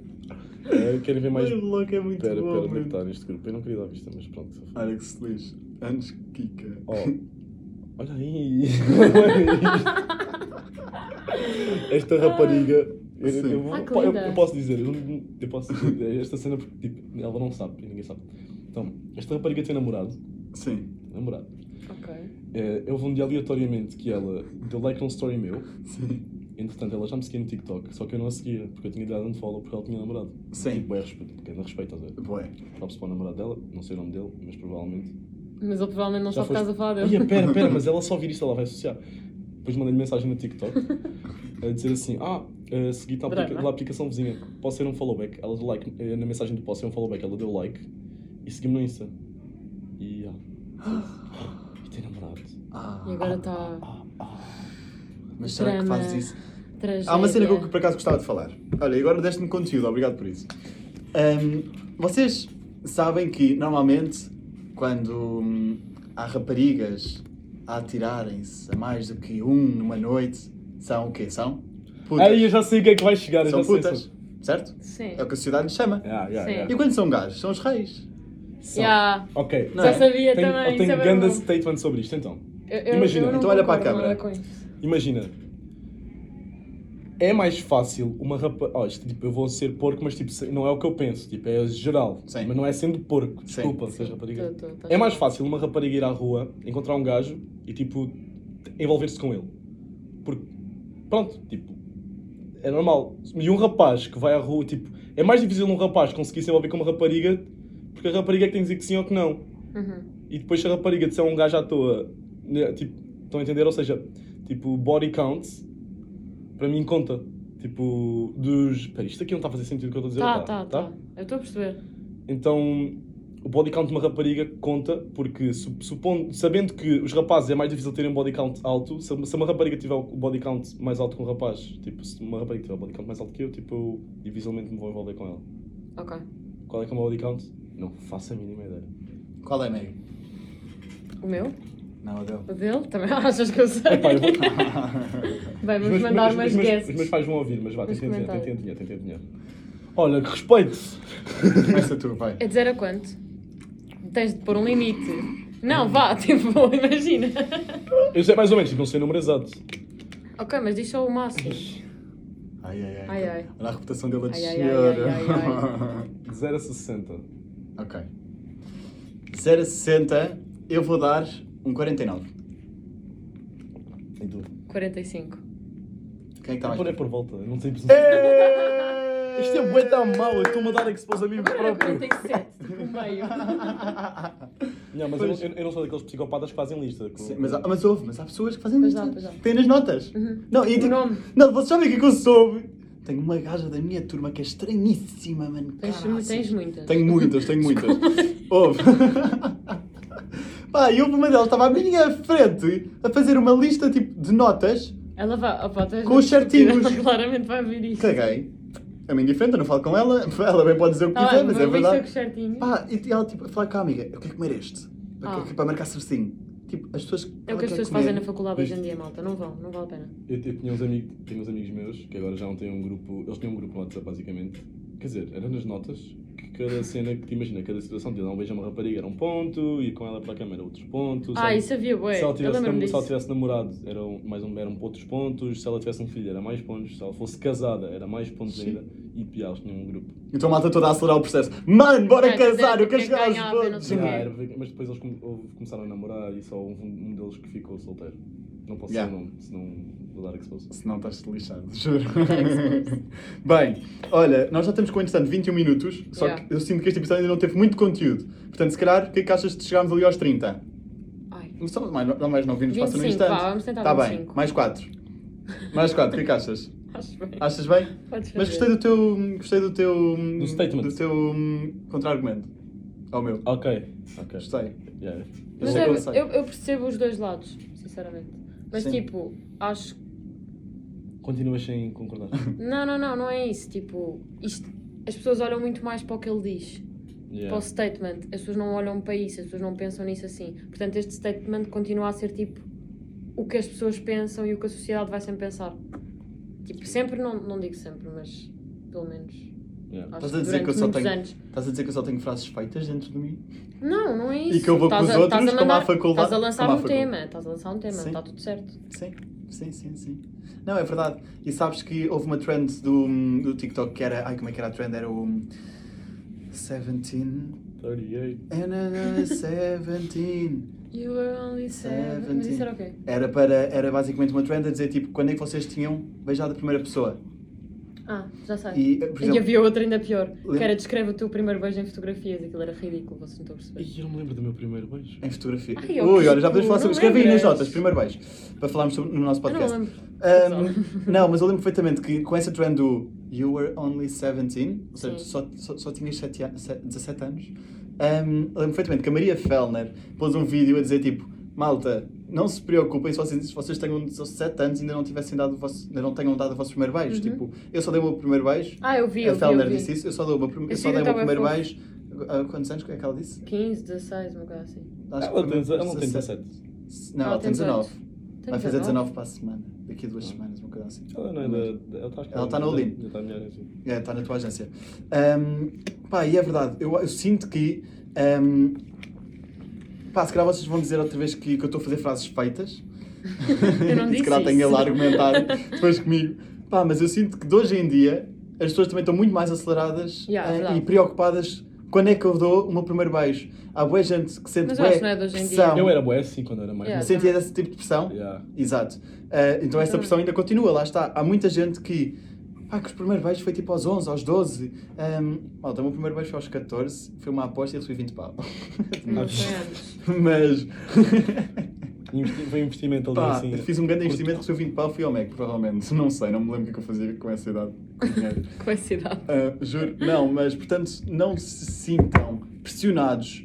Speaker 1: eh, Querem ver mais...
Speaker 2: Levaste bloco é muito
Speaker 1: Pera, pera,
Speaker 2: bom.
Speaker 1: onde é que
Speaker 2: mano.
Speaker 1: está neste grupo? Eu não queria dar vista, mas pronto.
Speaker 2: <laughs>
Speaker 1: sou fedido.
Speaker 2: Olha que se lixe. Antes que Kika.
Speaker 1: Ó, olha aí! <laughs> Olha isto. Esta rapariga. Eu, eu- eu-
Speaker 4: Ah, que
Speaker 1: eu- eu
Speaker 4: linda.
Speaker 1: posso dizer, eu, eu posso dizer é esta cena porque tipo, ela não sabe e ninguém sabe. Então, esta rapariga tem namorado.
Speaker 2: <laughs> Sim,
Speaker 1: Namorado.
Speaker 4: ok.
Speaker 1: Eh, Eu vou um dia aleatoriamente que ela deu like num story meu.
Speaker 2: sim.
Speaker 1: Entretanto, ela já me seguia no TikTok, só que eu não a seguia, porque eu tinha dado um follow porque ela tinha namorado.
Speaker 2: Sim.
Speaker 1: Tipo, é respeito, porque é de respeito, estás a ver?
Speaker 2: Boé.
Speaker 1: Props para o namorado dela, não sei o nome dele, mas provavelmente.
Speaker 4: Mas ele provavelmente não
Speaker 1: Já
Speaker 4: sabe o que estás
Speaker 1: foste-
Speaker 4: a falar
Speaker 1: Ia,
Speaker 4: dele.
Speaker 1: pera,
Speaker 4: <laughs>
Speaker 1: pera, mas ela só ouvir isto, ela vai associar. Depois mandei-lhe mensagem no
Speaker 4: <laughs>
Speaker 1: TikTok a dizer assim: Ah, eh, segui-te à aplica
Speaker 4: Drama.
Speaker 1: pela aplicação vizinha, posso ser um followback. Ela deu like, eh, na mensagem do posso ser um followback, ela deu like e seguiu-me no Insta. E ah.
Speaker 4: <gasps>
Speaker 1: E tem namorado.
Speaker 2: Ah,
Speaker 4: E agora está
Speaker 2: mas será que
Speaker 4: drama. é,
Speaker 2: fazes isso?
Speaker 4: tragédia.
Speaker 2: Há uma cena que eu por acaso gostava de falar. Olha, e agora deste-me conteúdo, obrigado por isso. Ahm, vocês sabem que normalmente quando hum, há raparigas a atirarem-se a mais do que um numa noite, são o quê? São? Putas.
Speaker 1: Aí eu já sei o que é que vai chegar, eu
Speaker 2: são
Speaker 1: já sei. Ah,
Speaker 2: putas,
Speaker 1: só-
Speaker 2: certo?
Speaker 4: Sim.
Speaker 2: É o que a sociedade nos chama.
Speaker 1: Yeah, yeah,
Speaker 4: Sim.
Speaker 1: yeah.
Speaker 2: E quando são gajos, são os reis.
Speaker 1: São-
Speaker 4: Yeah.
Speaker 1: Ok.
Speaker 4: Já sabia
Speaker 1: Tenho-
Speaker 4: também,
Speaker 1: Eu
Speaker 4: isso é
Speaker 1: tenho
Speaker 4: bem
Speaker 1: ganda
Speaker 4: bom.
Speaker 1: statement sobre isto, então.
Speaker 4: Eu- eu-
Speaker 1: Imagina,
Speaker 4: eu não
Speaker 2: então olha para a
Speaker 4: concordo
Speaker 2: câmara.
Speaker 4: nada com isso.
Speaker 1: Imagina. É mais fácil uma rapaz. Oh, isto, tipo, eu vou ser porco, mas tipo, se- não é o que eu penso. Tipo, é geral.
Speaker 2: Sim.
Speaker 1: Mas não é sendo porco.
Speaker 2: Sim.
Speaker 1: Desculpa, se és rapariga.
Speaker 4: Tô- tô- tá
Speaker 1: É mais
Speaker 4: certo.
Speaker 1: fácil uma rapariga ir à rua, encontrar um gajo e tipo, envolver-se com ele. Porque, pronto, tipo, é normal. E um rapaz que vai à rua, tipo, é mais difícil um rapaz conseguir se envolver com uma rapariga, porque a rapariga é que tem de dizer que sim ou que não.
Speaker 4: Uhum.
Speaker 1: E depois se a rapariga disser um gajo à toa, né, tipo, estão a entender? Ou seja, tipo, body count, para mim conta. Tipo, dos. Pera, isto aqui não está a fazer sentido o que eu estou a
Speaker 4: Tá,
Speaker 1: dizer?
Speaker 4: tá, tá. Eu estou a perceber.
Speaker 1: Então, o body count de uma rapariga conta, porque su- supondo, sabendo que os rapazes é mais difícil terem um body count alto, se, se uma rapariga tiver o body count mais alto que um rapaz, tipo, se uma rapariga tiver o body count mais alto que eu, tipo, eu dificilmente me vou envolver com ela.
Speaker 4: Ok.
Speaker 1: Qual é que é o meu body count? Não faço a mínima
Speaker 4: <laughs>
Speaker 1: ideia.
Speaker 2: Qual é, Meg?
Speaker 4: O meu?
Speaker 2: Não, a
Speaker 4: <laughs>
Speaker 2: dele.
Speaker 4: O dele? Também achas que eu sei?
Speaker 1: Epá, eu vou-
Speaker 4: Bem,
Speaker 1: Os
Speaker 4: vamos
Speaker 1: meus-
Speaker 4: mandar
Speaker 1: os meus-
Speaker 4: umas
Speaker 1: os meus- Os meus
Speaker 4: guesses.
Speaker 1: pais vão ouvir, mas vá,
Speaker 4: Nos
Speaker 1: tentem adivinhar, tentem adivinhar,
Speaker 4: comentários.
Speaker 1: tentem adivinhar. Olha, que respeito!
Speaker 2: Começa tu, vai.
Speaker 4: É de 0 a quanto? Tens de pôr um limite. Não, vá, <laughs> tipo, imagina.
Speaker 1: Eu sei mais ou menos, tipo, não sei o número exato.
Speaker 4: ok, mas diz só o máximo.
Speaker 2: Ai, ai, ai.
Speaker 4: Ai, ai.
Speaker 2: Olha a reputação dele a
Speaker 4: Ai, ai,
Speaker 2: descer.
Speaker 4: ai, ai, ai,
Speaker 2: <laughs>
Speaker 1: De 0 a 60.
Speaker 2: Ok. 0 a 60, eu vou dar um 49.
Speaker 1: E tu?
Speaker 4: 45.
Speaker 2: Quem é que está mais?
Speaker 1: Por aí por volta, eu não sei precisar.
Speaker 2: Êêêê!
Speaker 1: É! Isto é bué da mal, eu estou-me a dar expose a mim
Speaker 4: Agora é
Speaker 1: próprio.
Speaker 4: 47, tipo, o meio.
Speaker 1: Não, mas eu, não- eu não sou daqueles psicopatas que fazem lista. com-
Speaker 2: <laughs> Sim, mas, há- mas houve, mas há pessoas que fazem
Speaker 4: Pois
Speaker 2: isto.
Speaker 4: há, pois há.
Speaker 2: Tem nas notas. Não, e
Speaker 4: O
Speaker 2: tipo,
Speaker 4: nome.
Speaker 2: Não, vocês sabem o que é que eu soube? Tenho uma gaja da minha turma que é estranhíssima, mano.
Speaker 4: Tens,
Speaker 2: caraças.
Speaker 4: tens muitas.
Speaker 2: Tenho muitas,
Speaker 4: <laughs>
Speaker 2: tenho muitas. Houve. <laughs> Pá, e houve uma delas, estava à minha frente a fazer uma lista tipo de notas.
Speaker 4: Ela vai. Opa, tu és
Speaker 2: Com
Speaker 4: muito
Speaker 2: os certinhos.
Speaker 4: estúpida, ela claramente vai ver isto.
Speaker 2: Caguei. É me indiferente, eu não falo com ela. Ela bem pode dizer o que
Speaker 4: Ah,
Speaker 2: quiser, mas
Speaker 4: uma
Speaker 2: é
Speaker 4: lista
Speaker 2: verdade.
Speaker 4: com os certinhos.
Speaker 2: Pá, e ela tipo, fala com a amiga, eu quero comer este. Para,
Speaker 4: Ah.
Speaker 2: que- para marcar certinho. Tipo, as pessoas.
Speaker 4: É o que as pessoas fazem na faculdade hoje em dia, malta. Não vão, não vale a pena.
Speaker 1: Eu, eu tinha, uns amigos, tinha uns amigos meus que agora já não têm um grupo. Eles tinham um grupo no WhatsApp, basicamente. Quer dizer, era nas notas que cada cena que te imagina, cada situação de dar um beijo a uma rapariga era um ponto, ir com ela para a cama era outros pontos.
Speaker 4: Ah,
Speaker 1: sabe?
Speaker 4: isso havia, bué.
Speaker 1: Se ela,
Speaker 4: Eu
Speaker 1: tivesse,
Speaker 4: lembro-me
Speaker 1: nam- se ela
Speaker 4: disso.
Speaker 1: tivesse namorado, era um- mais um, eram outros pontos. Se ela tivesse um filho, era mais pontos. Se ela fosse casada, era mais pontos
Speaker 2: Sim.
Speaker 1: ainda. e Piau, tinha um grupo.
Speaker 2: Então a malta toda a acelerar o processo. Mano, bora
Speaker 4: Quer dizer,
Speaker 2: casar, eu quero
Speaker 4: quem
Speaker 2: chegar aos
Speaker 4: ganhava, não
Speaker 2: pontos.
Speaker 4: sei o quê.
Speaker 1: Yeah, Ah, era bem- mas depois eles come- houve- começaram a namorar e só houve um um deles que ficou solteiro. Não posso
Speaker 2: Yeah.
Speaker 1: dizer o nome, senão vou dar exposição.
Speaker 2: <laughs> Se não estás lixado, juro.
Speaker 4: É
Speaker 2: <laughs> Bem, olha, nós já estamos com, entretanto, 21 minutos, só
Speaker 4: Yeah.
Speaker 2: que eu sinto que este episódio ainda não teve muito conteúdo. Portanto, se calhar, o que é que achas de chegarmos ali aos 30?
Speaker 4: Ai, <laughs>
Speaker 2: Só mais, não, mais 9 minutos passa no
Speaker 4: 25,
Speaker 2: instante.
Speaker 4: vá, vamos tentar
Speaker 2: Tá bem,
Speaker 4: 25.
Speaker 2: mais 4. Mais 4, o que é que achas?
Speaker 4: acho bem.
Speaker 2: Achas bem?
Speaker 4: Podes
Speaker 2: Mas
Speaker 4: fazer.
Speaker 2: gostei do teu. Gostei do teu.
Speaker 1: Do statement.
Speaker 2: Do teu hum, contra-argumento. Ao meu.
Speaker 1: Ok, ok.
Speaker 2: Gostei.
Speaker 1: Yeah.
Speaker 4: Mas
Speaker 2: Eu
Speaker 4: é-
Speaker 2: consigo.
Speaker 4: eu, eu percebo os dois lados, sinceramente. Mas
Speaker 2: Sim.
Speaker 4: tipo, acho
Speaker 1: Continuas sem
Speaker 4: <laughs>
Speaker 1: concordar.
Speaker 4: Não, não, não, não é isso. Tipo, isto, as pessoas olham muito mais para o que ele diz,
Speaker 1: Yeah.
Speaker 4: para o statement. As pessoas não olham para isso, as pessoas não pensam nisso assim. Portanto, este statement continua a ser tipo o que as pessoas pensam e o que a sociedade vai sempre pensar. Tipo, sempre, não, não digo sempre, mas pelo menos.
Speaker 1: Yeah.
Speaker 4: Acho
Speaker 2: Estás a dizer
Speaker 4: durante
Speaker 2: que eu só
Speaker 4: muitos
Speaker 2: tenho.
Speaker 4: anos.
Speaker 2: Estás a dizer que eu só tenho frases feitas dentro de mim?
Speaker 4: Não, não é isso.
Speaker 2: que eu vou com
Speaker 4: Estás
Speaker 2: os
Speaker 4: a-
Speaker 2: outros,
Speaker 4: estás a
Speaker 2: como à
Speaker 4: mandar-
Speaker 2: faculdade-
Speaker 4: Estás a lançar
Speaker 2: como à
Speaker 4: um
Speaker 2: faculdade.
Speaker 4: tema, estás a lançar um tema,
Speaker 2: Sim.
Speaker 4: está tudo certo.
Speaker 2: Sim, sim, sim, sim. Não, é verdade. E sabes que houve uma trend do, hum, do TikTok que era. Ai, como é que era a trend? Era o. 17. And another
Speaker 4: <laughs>
Speaker 2: 17.
Speaker 4: You were only seven. Mas isso era o quê?
Speaker 2: Era, para, era basicamente uma trend a dizer tipo quando é que vocês tinham beijado a primeira pessoa.
Speaker 4: Ah, já sei.
Speaker 2: E, por
Speaker 4: e
Speaker 2: exemplo-
Speaker 4: havia outra ainda pior,
Speaker 2: Lembra-
Speaker 4: que era descreve o teu primeiro beijo em fotografias, aquilo era ridículo, vocês não estão a perceber.
Speaker 1: Ih, eu não me lembro do meu primeiro beijo.
Speaker 2: Em fotografia.
Speaker 4: Ai, eu
Speaker 2: Ui,
Speaker 4: que
Speaker 2: olha, já podemos
Speaker 4: tu,
Speaker 2: falar sobre.
Speaker 4: não
Speaker 2: Escreve aí nas
Speaker 4: lembras?
Speaker 2: notas, primeiro beijo, para falarmos sobre, no nosso
Speaker 4: Eu não
Speaker 2: podcast.
Speaker 4: lembro.
Speaker 2: Ahm, não, mas eu lembro perfeitamente que com essa trend do You were only 17, ou seja, tu
Speaker 4: Sim.
Speaker 2: só, só, só tinhas sete a- se- 17 anos, ahm, eu lembro perfeitamente que a Maria Fellner pôs um vídeo a dizer tipo: Malta, não se preocupem se vocês, se vocês tenham 17 anos e ainda não, tivessem dado o vosso, ainda não tenham dado o vosso primeiro beijo.
Speaker 4: Uhum.
Speaker 2: Tipo, eu só dei o meu primeiro beijo.
Speaker 4: Ah, eu vi,
Speaker 2: a
Speaker 4: eu vi, eu
Speaker 2: Fellner
Speaker 4: vi.
Speaker 2: disse isso, eu só dei o meu, prim- eu
Speaker 4: Esse
Speaker 2: só dei o meu
Speaker 4: vídeo tava
Speaker 2: primeiro
Speaker 4: fofo.
Speaker 2: beijo. Ah, quantos anos? O que é que ela disse?
Speaker 4: 15, 16, uma coisa assim.
Speaker 2: Acho
Speaker 1: Ela
Speaker 2: que
Speaker 1: tem
Speaker 2: foi
Speaker 1: deze- ela não tem
Speaker 2: 17.
Speaker 1: 17.
Speaker 2: Não, ela tem 19.
Speaker 4: Tem
Speaker 2: Vai fazer 19 para a semana. Daqui a duas semanas, uma coisa assim.
Speaker 1: Ela não é da. Ela
Speaker 2: Ela
Speaker 1: está
Speaker 2: tá na Olim.
Speaker 1: Ela está melhor assim.
Speaker 2: É, está na tua agência. Ahm, pá, e é verdade. Eu, eu sinto que... ahm, pá, se calhar vocês vão dizer outra vez que, que eu estou a fazer frases feitas.
Speaker 4: <laughs> Eu não
Speaker 2: E <laughs>
Speaker 4: disse
Speaker 2: Se calhar tenho
Speaker 4: isso.
Speaker 2: ele a argumentar depois comigo. Pá, mas eu sinto que de hoje em dia as pessoas também estão muito mais aceleradas
Speaker 4: Yeah, é
Speaker 2: eh,
Speaker 4: verdade.
Speaker 2: e preocupadas quando é que eu dou o meu primeiro beijo. Há boa gente que sente
Speaker 4: Mas eu
Speaker 2: bué
Speaker 4: acho que não é de hoje em dia.
Speaker 2: pressão.
Speaker 1: Eu era boé assim quando era mais
Speaker 4: Yeah.
Speaker 1: novo.
Speaker 2: Sentia esse tipo de pressão.
Speaker 1: Yeah.
Speaker 2: Exato. Eh, então essa pressão ainda continua, lá está. Há muita gente que. Pá, que os primeiros beijos foi tipo aos 11, aos 12. Um, malta, o meu primeiro beijo foi aos 14, foi uma aposta e eu recebi 20 pau.
Speaker 4: Não foi antes.
Speaker 2: Mas.
Speaker 1: Investi- Foi um investimento ali
Speaker 2: pá,
Speaker 1: assim.
Speaker 2: fiz um grande investimento, recebi 20 pau, fui ao Mac, provavelmente. Não sei, não me lembro o que é que eu fazia com essa idade. com dinheiro.
Speaker 4: <laughs> Com essa idade.
Speaker 2: Ah, juro, não, mas portanto, não se sintam pressionados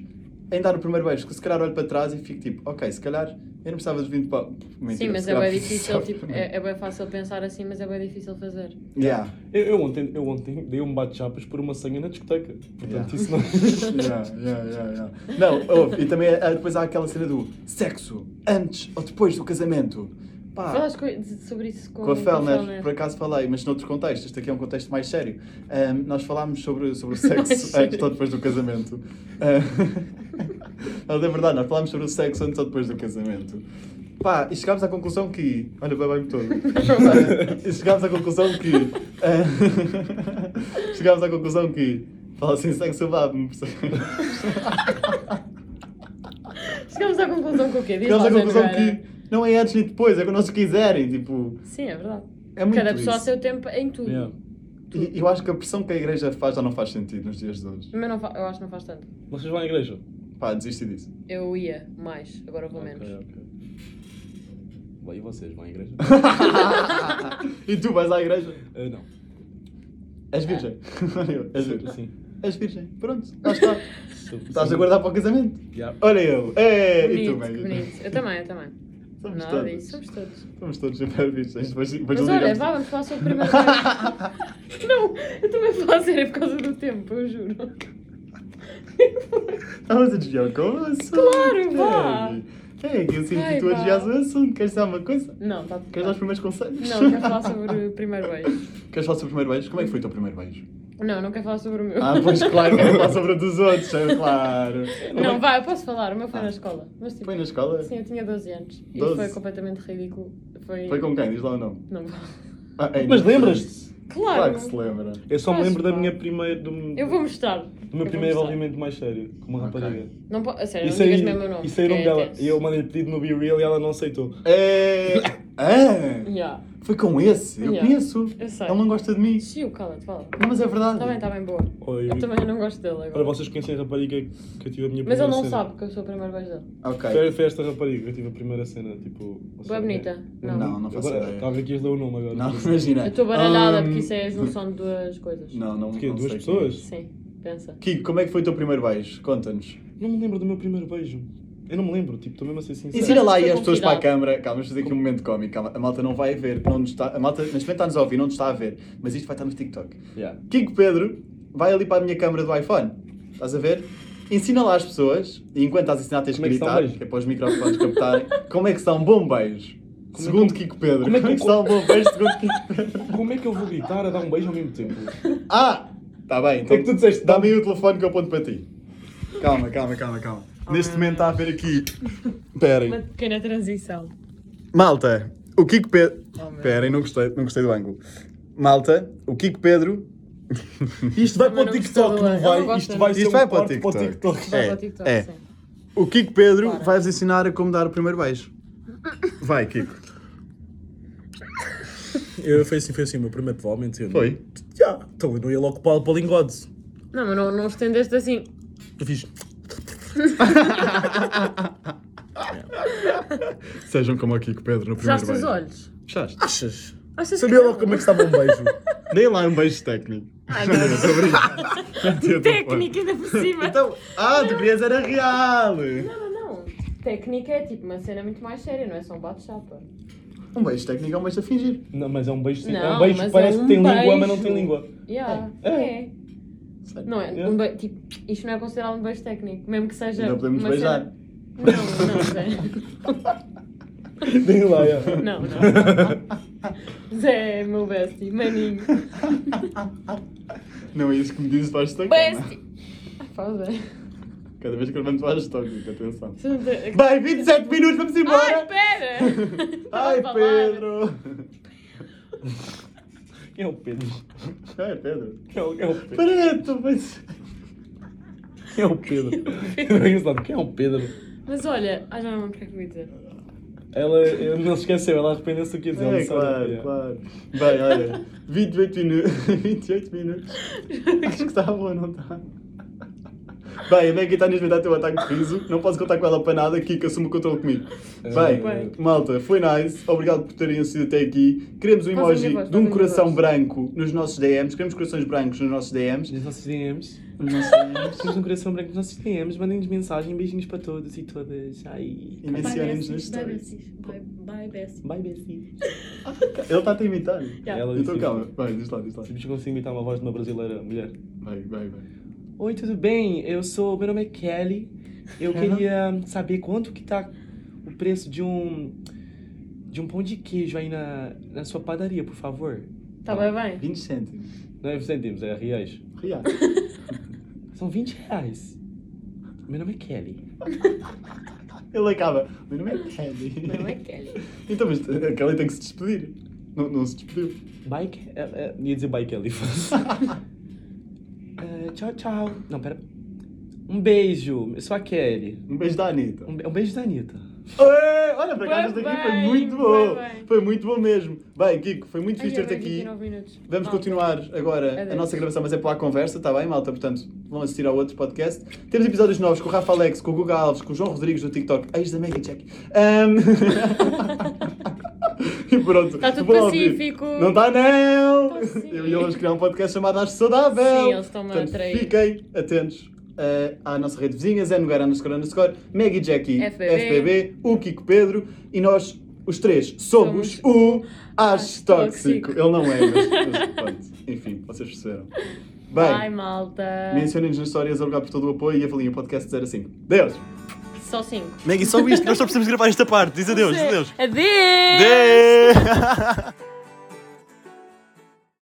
Speaker 2: em dar o primeiro beijo, que se calhar olho para trás e fico tipo, ok, se calhar eu não precisava de 20 pau.
Speaker 4: Sim,
Speaker 2: Mentira,
Speaker 4: mas
Speaker 2: se
Speaker 4: é
Speaker 2: calhar
Speaker 4: bem difícil,
Speaker 2: precisava.
Speaker 4: tipo, é, é bem fácil pensar assim, mas é bem difícil fazer.
Speaker 2: Yeah.
Speaker 1: Eu, eu ontem, eu ontem dei um bate-chapas por uma senha na discoteca. Portanto,
Speaker 2: Yeah.
Speaker 1: isso não.
Speaker 2: <laughs> Yeah, yeah, yeah, yeah. Não, ouve, e também ah, depois há aquela cena do sexo antes ou depois do casamento. Pá,
Speaker 4: Falas co- de- sobre isso com,
Speaker 2: com a Fellner,
Speaker 4: Fellner.
Speaker 2: por acaso falei, mas noutro contexto, este aqui é um contexto mais sério. Ahm, nós falámos sobre, sobre o
Speaker 4: <laughs> Mais
Speaker 2: sexo
Speaker 4: sério.
Speaker 2: antes ou depois do casamento. Ah, <laughs> mas é verdade, nós falámos sobre o sexo antes ou depois do casamento. Pá, e chegámos à conclusão que. Olha, babei-me
Speaker 4: <laughs>
Speaker 2: todo. Ah, e chegámos à conclusão que. ah, <laughs> chegámos à conclusão que. Fala assim, sexo eu babo-me,
Speaker 4: <laughs>
Speaker 2: percebes?
Speaker 4: Chegamos à conclusão que o quê? Diz
Speaker 2: Chegámos à
Speaker 4: lá,
Speaker 2: conclusão
Speaker 4: Januária.
Speaker 2: que não é antes nem depois, é quando nós quiserem, tipo,
Speaker 4: Sim, é verdade.
Speaker 2: é muito
Speaker 4: Cada pessoa
Speaker 2: isso.
Speaker 4: a seu tempo em tudo.
Speaker 1: Yeah.
Speaker 2: E eu acho que a pressão que a igreja faz já não faz sentido nos dias de hoje.
Speaker 4: Mas não fa- eu acho que não faz tanto.
Speaker 1: Vocês vão à igreja?
Speaker 2: Pá, desisti disso.
Speaker 4: Eu ia mais, agora vou menos.
Speaker 1: Ok, ok. Bem, e vocês vão à
Speaker 2: <laughs>
Speaker 1: igreja?
Speaker 2: e tu vais à igreja?
Speaker 1: Eh, não.
Speaker 2: És virgem. És virgem.
Speaker 1: Sim.
Speaker 2: És virgem. Pronto, já está.
Speaker 1: Sou-
Speaker 2: Estás
Speaker 1: sou-
Speaker 2: a guardar para o casamento.
Speaker 1: Yeah.
Speaker 2: Olha eu. Ei, É, e tu, bem.
Speaker 4: Bonito, bonito. Eu também, eu também.
Speaker 2: Somos
Speaker 4: Nada
Speaker 2: todos.
Speaker 4: disso, somos todos.
Speaker 2: Somos todos super virgens. Depois, depois
Speaker 4: Mas olha,
Speaker 2: ligamos.
Speaker 4: vá, vamos falar sobre o primeiro
Speaker 2: <laughs>
Speaker 4: beijo. Não, eu também falo a sério, é por causa do tempo, eu juro.
Speaker 2: Estavas a desviar com o assunto.
Speaker 4: Claro, vá.
Speaker 2: Ei, eu sinto que
Speaker 4: Ai,
Speaker 2: tu
Speaker 4: vá.
Speaker 2: adias o assunto. Queres dar uma coisa?
Speaker 4: Não, tá tudo
Speaker 2: Queres dar os
Speaker 4: bem.
Speaker 2: primeiros conselhos?
Speaker 4: Não, quero falar sobre o primeiro beijo.
Speaker 2: <laughs> Queres falar sobre o primeiro beijo? Como é que foi o teu primeiro beijo?
Speaker 4: Não, não quero falar sobre o meu.
Speaker 2: Ah, pois
Speaker 1: <laughs>
Speaker 2: claro, quero falar sobre o dos outros, é claro.
Speaker 4: Não, vá, eu posso falar, o meu foi
Speaker 2: Ah.
Speaker 4: na escola. Mas tipo,
Speaker 2: Foi na escola?
Speaker 4: sim, eu tinha 12 anos. E
Speaker 2: 12?
Speaker 4: foi completamente ridículo. Foi.
Speaker 2: Foi com quem? Diz lá o nome.
Speaker 4: Não vá.
Speaker 2: Ah, ei,
Speaker 1: Mas
Speaker 2: não.
Speaker 1: lembras-te?
Speaker 4: Claro.
Speaker 2: Claro que se lembra.
Speaker 1: Eu só me
Speaker 4: Faz
Speaker 1: lembro da
Speaker 4: parte.
Speaker 1: minha primeira. Do,
Speaker 4: Eu vou mostrar.
Speaker 1: do meu
Speaker 4: Eu
Speaker 1: primeiro
Speaker 4: vou mostrar.
Speaker 1: envolvimento mais sério, com uma
Speaker 2: Ok.
Speaker 1: rapariga.
Speaker 4: Não po- a sério,
Speaker 1: Isso
Speaker 4: não digas
Speaker 1: aí,
Speaker 4: mesmo o nome.
Speaker 1: isso aí é o nome
Speaker 4: que é
Speaker 1: dela.
Speaker 4: tenso.
Speaker 1: E eu mandei pedido no Be Real e ela não aceitou.
Speaker 2: É... Ah,
Speaker 4: Yeah.
Speaker 2: foi com esse? Eu
Speaker 4: Yeah.
Speaker 2: conheço.
Speaker 4: Eu sei. tá.
Speaker 2: Ele não gosta de mim.
Speaker 4: Xiu, cala-te, fala.
Speaker 2: Não, mas é verdade.
Speaker 4: Está bem, está bem, boa.
Speaker 1: Oi,
Speaker 4: Eu também não gosto dele
Speaker 1: Para
Speaker 4: agora.
Speaker 1: vocês conhecerem a rapariga que eu tive a
Speaker 2: Tipo,
Speaker 1: minha
Speaker 4: Mas
Speaker 1: primeira
Speaker 4: ele não
Speaker 1: cena.
Speaker 4: sabe que eu sou o primeiro beijo dele.
Speaker 2: Ok.
Speaker 1: Foi, foi esta rapariga que eu tive a primeira cena, tipo... não sei
Speaker 4: Boa
Speaker 1: o quê.
Speaker 4: bonita. Não.
Speaker 2: é. Não, não faço
Speaker 1: Agora,
Speaker 2: ideia.
Speaker 1: estava aqui a ler o nome agora.
Speaker 2: Não, imagina.
Speaker 4: Eu estou baralhada
Speaker 2: Ahm,
Speaker 4: porque isso é a junção de duas coisas.
Speaker 2: Não, não,
Speaker 1: De quê?
Speaker 2: não
Speaker 1: Duas
Speaker 2: sei. é.
Speaker 1: pessoas?
Speaker 4: Sim, pensa.
Speaker 2: Kiko, como é que foi o teu primeiro beijo? Conta-nos.
Speaker 1: Não me lembro do meu primeiro beijo. Eu não me lembro, tipo, estou mesmo a ser sincero.
Speaker 2: Ensina lá aí
Speaker 4: Foi
Speaker 2: as pessoas para a
Speaker 4: convidado.
Speaker 2: câmara. Calma, vamos fazer aqui um momento cómico. Calma, a malta não vai ver. Não nos está, a malta neste momento está-nos a ouvir, não nos está a ver. Mas isto vai estar no TikTok.
Speaker 1: Yeah.
Speaker 2: Kiko Pedro, vai ali para a minha câmara do iPhone. Estás a ver? Ensina lá as pessoas, e enquanto estás a ensinar, tens que
Speaker 1: Como é que se dá um
Speaker 2: gritar,
Speaker 1: beijo?
Speaker 2: que é para os microfones
Speaker 1: <laughs>
Speaker 2: captarem, como é que se dá um bom beijo? segundo Kiko Pedro.
Speaker 1: como é que eu-
Speaker 2: se dá um bom beijo,
Speaker 1: <laughs>
Speaker 2: segundo Kiko Pedro?
Speaker 1: Como é que eu vou gritar a dar um beijo ao mesmo tempo?
Speaker 2: Ah! Está bem, então
Speaker 1: É que tu disseste,
Speaker 2: dá-me aí o telefone que eu aponto para ti. Calma, calma, calma, calma.
Speaker 1: Oh,
Speaker 2: Neste momento está a haver aqui.
Speaker 1: <laughs>
Speaker 2: Esperem.
Speaker 4: Uma pequena transição.
Speaker 2: Malta, o Kiko Pedro.
Speaker 4: Oh, meu.
Speaker 2: Esperem, não gostei, não gostei do ângulo. Malta, o Kiko Pedro.
Speaker 1: Isto vai
Speaker 4: Também
Speaker 1: para o
Speaker 4: não
Speaker 1: TikTok,
Speaker 4: gostei,
Speaker 1: não
Speaker 4: eu não
Speaker 1: vai?
Speaker 4: gosto
Speaker 1: Isto
Speaker 4: de-
Speaker 1: vai ser
Speaker 2: Isto
Speaker 1: um
Speaker 2: vai para o
Speaker 1: corte para o
Speaker 2: TikTok.
Speaker 1: TikTok.
Speaker 4: Vai
Speaker 2: É,
Speaker 4: para o TikTok,
Speaker 2: é.
Speaker 4: sim.
Speaker 2: O Kiko Pedro
Speaker 4: Bora.
Speaker 2: vai-vos ensinar a como dar o primeiro beijo. Vai, Kiko.
Speaker 1: Eu foi assim, foi assim, o meu primeiro provavelmente. eu-
Speaker 2: Foi.
Speaker 1: Já. Então eu não ia logo para, o- para o lingode.
Speaker 4: Não, mas não, não estendeste assim.
Speaker 1: Eu fiz.
Speaker 2: Sejam como o Kiko Pedro no primeiro
Speaker 4: Fechaste os
Speaker 2: beijo.
Speaker 4: olhos.
Speaker 2: Fechaste.
Speaker 1: Achas?
Speaker 4: Achas
Speaker 1: Sabia
Speaker 4: que-
Speaker 1: logo como é que estava um beijo.
Speaker 2: Dei lá um beijo técnico. <laughs>
Speaker 4: Ai, não.
Speaker 2: Meti o telefone.
Speaker 4: <laughs> Técnica ainda por cima.
Speaker 2: tipo, Então, ah, tu querias era real.
Speaker 4: Não, não, não. Técnica é tipo uma cena muito mais séria, não é só um bate-chapa.
Speaker 2: Um beijo técnico é um beijo a fingir.
Speaker 1: <laughs> Não, mas é um beijo. sim. é
Speaker 4: Não,
Speaker 1: um beijo
Speaker 4: mas
Speaker 1: que
Speaker 4: é
Speaker 1: parece
Speaker 4: um
Speaker 1: que tem língua, mas
Speaker 4: beijo.
Speaker 1: não tem língua. <laughs>
Speaker 4: Yeah,
Speaker 1: É.
Speaker 4: é.
Speaker 2: Sério.
Speaker 4: Não é?
Speaker 1: É.
Speaker 4: Um be... tipo, isto não é considerado um beijo técnico, mesmo que seja.
Speaker 2: Não podemos
Speaker 4: uma
Speaker 2: beijar.
Speaker 4: cena- Não, não, é. Zé.
Speaker 1: Tem lá, é.
Speaker 4: Não,
Speaker 2: <laughs>
Speaker 4: não. Zé, meu bestie, maninho.
Speaker 2: Não é isso que me dizes para as
Speaker 4: Bestie! Ah, pá, Zé.
Speaker 2: Cada vez que eu levanto para as técnicas, atenção.
Speaker 4: Você não tem-
Speaker 2: Bem, 27 minutos, vamos
Speaker 4: Ai,
Speaker 2: embora.
Speaker 4: pera!
Speaker 2: Ai,
Speaker 4: Estava a falar.
Speaker 2: Pedro.
Speaker 1: Quem é o Pedro?
Speaker 2: Ai, Pedro.
Speaker 1: Quem é o quem é o Pedro?
Speaker 2: Preto, mas...
Speaker 1: Quem é o
Speaker 4: <laughs>
Speaker 1: Pedro? Bem engraçado, Quem é o Pedro?
Speaker 4: <laughs> Mas olha, ah, já não lembro o que é que eu ia dizer.
Speaker 1: Ela ela não se esqueceu, ela arrependeu-se do que ia dizer. ela
Speaker 2: É,
Speaker 1: não sabe.
Speaker 2: claro,
Speaker 1: É.
Speaker 2: claro. Bem, olha, 28 <laughs> minutos. 28 minutos. Acho que está bom, não tá. está? Bem, a Becky está neste momento a ter um ataque de riso. Não posso contar com ela para nada. Kika, assume o controle comigo. Bem,
Speaker 4: Bem.
Speaker 2: malta, foi nice. Obrigado por terem assistido até aqui. Queremos um
Speaker 4: Faz a minha
Speaker 2: emoji
Speaker 4: voz,
Speaker 2: de
Speaker 4: faz a
Speaker 2: um
Speaker 4: minha
Speaker 2: coração
Speaker 4: voz.
Speaker 2: branco nos nossos DMs. Queremos corações brancos nos nossos DMs.
Speaker 1: Nos nossos DMs.
Speaker 2: Nos nossos DMs.
Speaker 1: Temos um coração branco nos nossos DMs. Mandem-nos mensagem. Beijinhos para todos e todas. Ai.
Speaker 2: E mencionem-nos nas histórias.
Speaker 4: Bye, bye, bestie.
Speaker 1: Bye, Bessie.
Speaker 2: Ele está a te imitar.
Speaker 4: Yeah.
Speaker 1: Ela
Speaker 2: Então
Speaker 1: disse- Tipo,
Speaker 2: calma, vai, diz lá, diz lá.
Speaker 1: Se bicho consigo imitar uma voz de uma brasileira mulher.
Speaker 2: Vai, vai, vai.
Speaker 1: Oi, tudo bem? Eu sou. Meu nome é Kelly. Eu
Speaker 2: Hello.
Speaker 1: queria saber quanto que tá o preço de um. De um pão de queijo aí na, na sua padaria, por favor.
Speaker 4: Tá bem, bem?
Speaker 2: 20 cêntimos.
Speaker 1: Não é centimos, é reais.
Speaker 2: Real.
Speaker 1: São 20 reais. Meu nome é Kelly.
Speaker 2: <laughs> Ele acaba. Meu nome é Kelly.
Speaker 4: Não é Kelly.
Speaker 2: Então, mas a Kelly tem que se despedir. Não, não se
Speaker 4: <laughs>
Speaker 2: despediu.
Speaker 1: Bye, Ke- é, é, Ia dizer bye, Kelly. <laughs> É, tchau, tchau. Não, pera. Um beijo. Eu sou a Kelly.
Speaker 2: Um beijo da Anitta.
Speaker 1: Um, be- um beijo da Anitta.
Speaker 2: Oi, olha, para cá,
Speaker 4: Bem,
Speaker 2: esta aqui foi
Speaker 4: bem,
Speaker 2: muito
Speaker 4: bem,
Speaker 2: bom.
Speaker 4: bem.
Speaker 2: Foi muito bom mesmo. Bem, Kiko, foi muito fixe
Speaker 4: Ai, é,
Speaker 2: ter-te
Speaker 4: já
Speaker 2: aqui.
Speaker 4: vem 29 minutos.
Speaker 2: Vamos
Speaker 4: Malta.
Speaker 2: continuar agora a
Speaker 4: Adeus.
Speaker 2: nossa gravação, mas é para a conversa, está bem, malta? Portanto, vão assistir ao outro podcast. Temos episódios novos com o Rafa Alex, com o Guga Alves, com o João Rodrigues do TikTok, ex da Maggie Jack. Ahm. <laughs> e pronto.
Speaker 4: Está Tá tudo
Speaker 2: vão ouvir.
Speaker 4: pacífico.
Speaker 2: Não está, não!
Speaker 4: Está sim.
Speaker 2: Eu e eles criar um podcast chamado Acho Saudável.
Speaker 4: Sim, eles estão-me a
Speaker 2: Portanto,
Speaker 4: atrair.
Speaker 2: Fiquem atentos. eh, à nossa rede vizinha, Zé Nogueira, underscore, underscore, Maggie Jackie,
Speaker 4: FBB,
Speaker 2: FBB, o Kiko Pedro e nós, os três, somos,
Speaker 4: Somos
Speaker 2: o Acho
Speaker 4: Acho
Speaker 2: Tóxico.
Speaker 4: Tóxico.
Speaker 2: Ele não é, mas, mas pronto. Enfim, vocês perceberam.
Speaker 4: Bye,
Speaker 2: Bem,
Speaker 4: malta.
Speaker 2: mencionem-nos nas histórias, obrigado por todo o apoio e avaliem o podcast 05. Deus!
Speaker 4: Só 5.
Speaker 3: Maggie, só isto, nós só precisamos gravar esta parte. Diz adeus, diz adeus.
Speaker 4: Adeus.
Speaker 3: Adeus!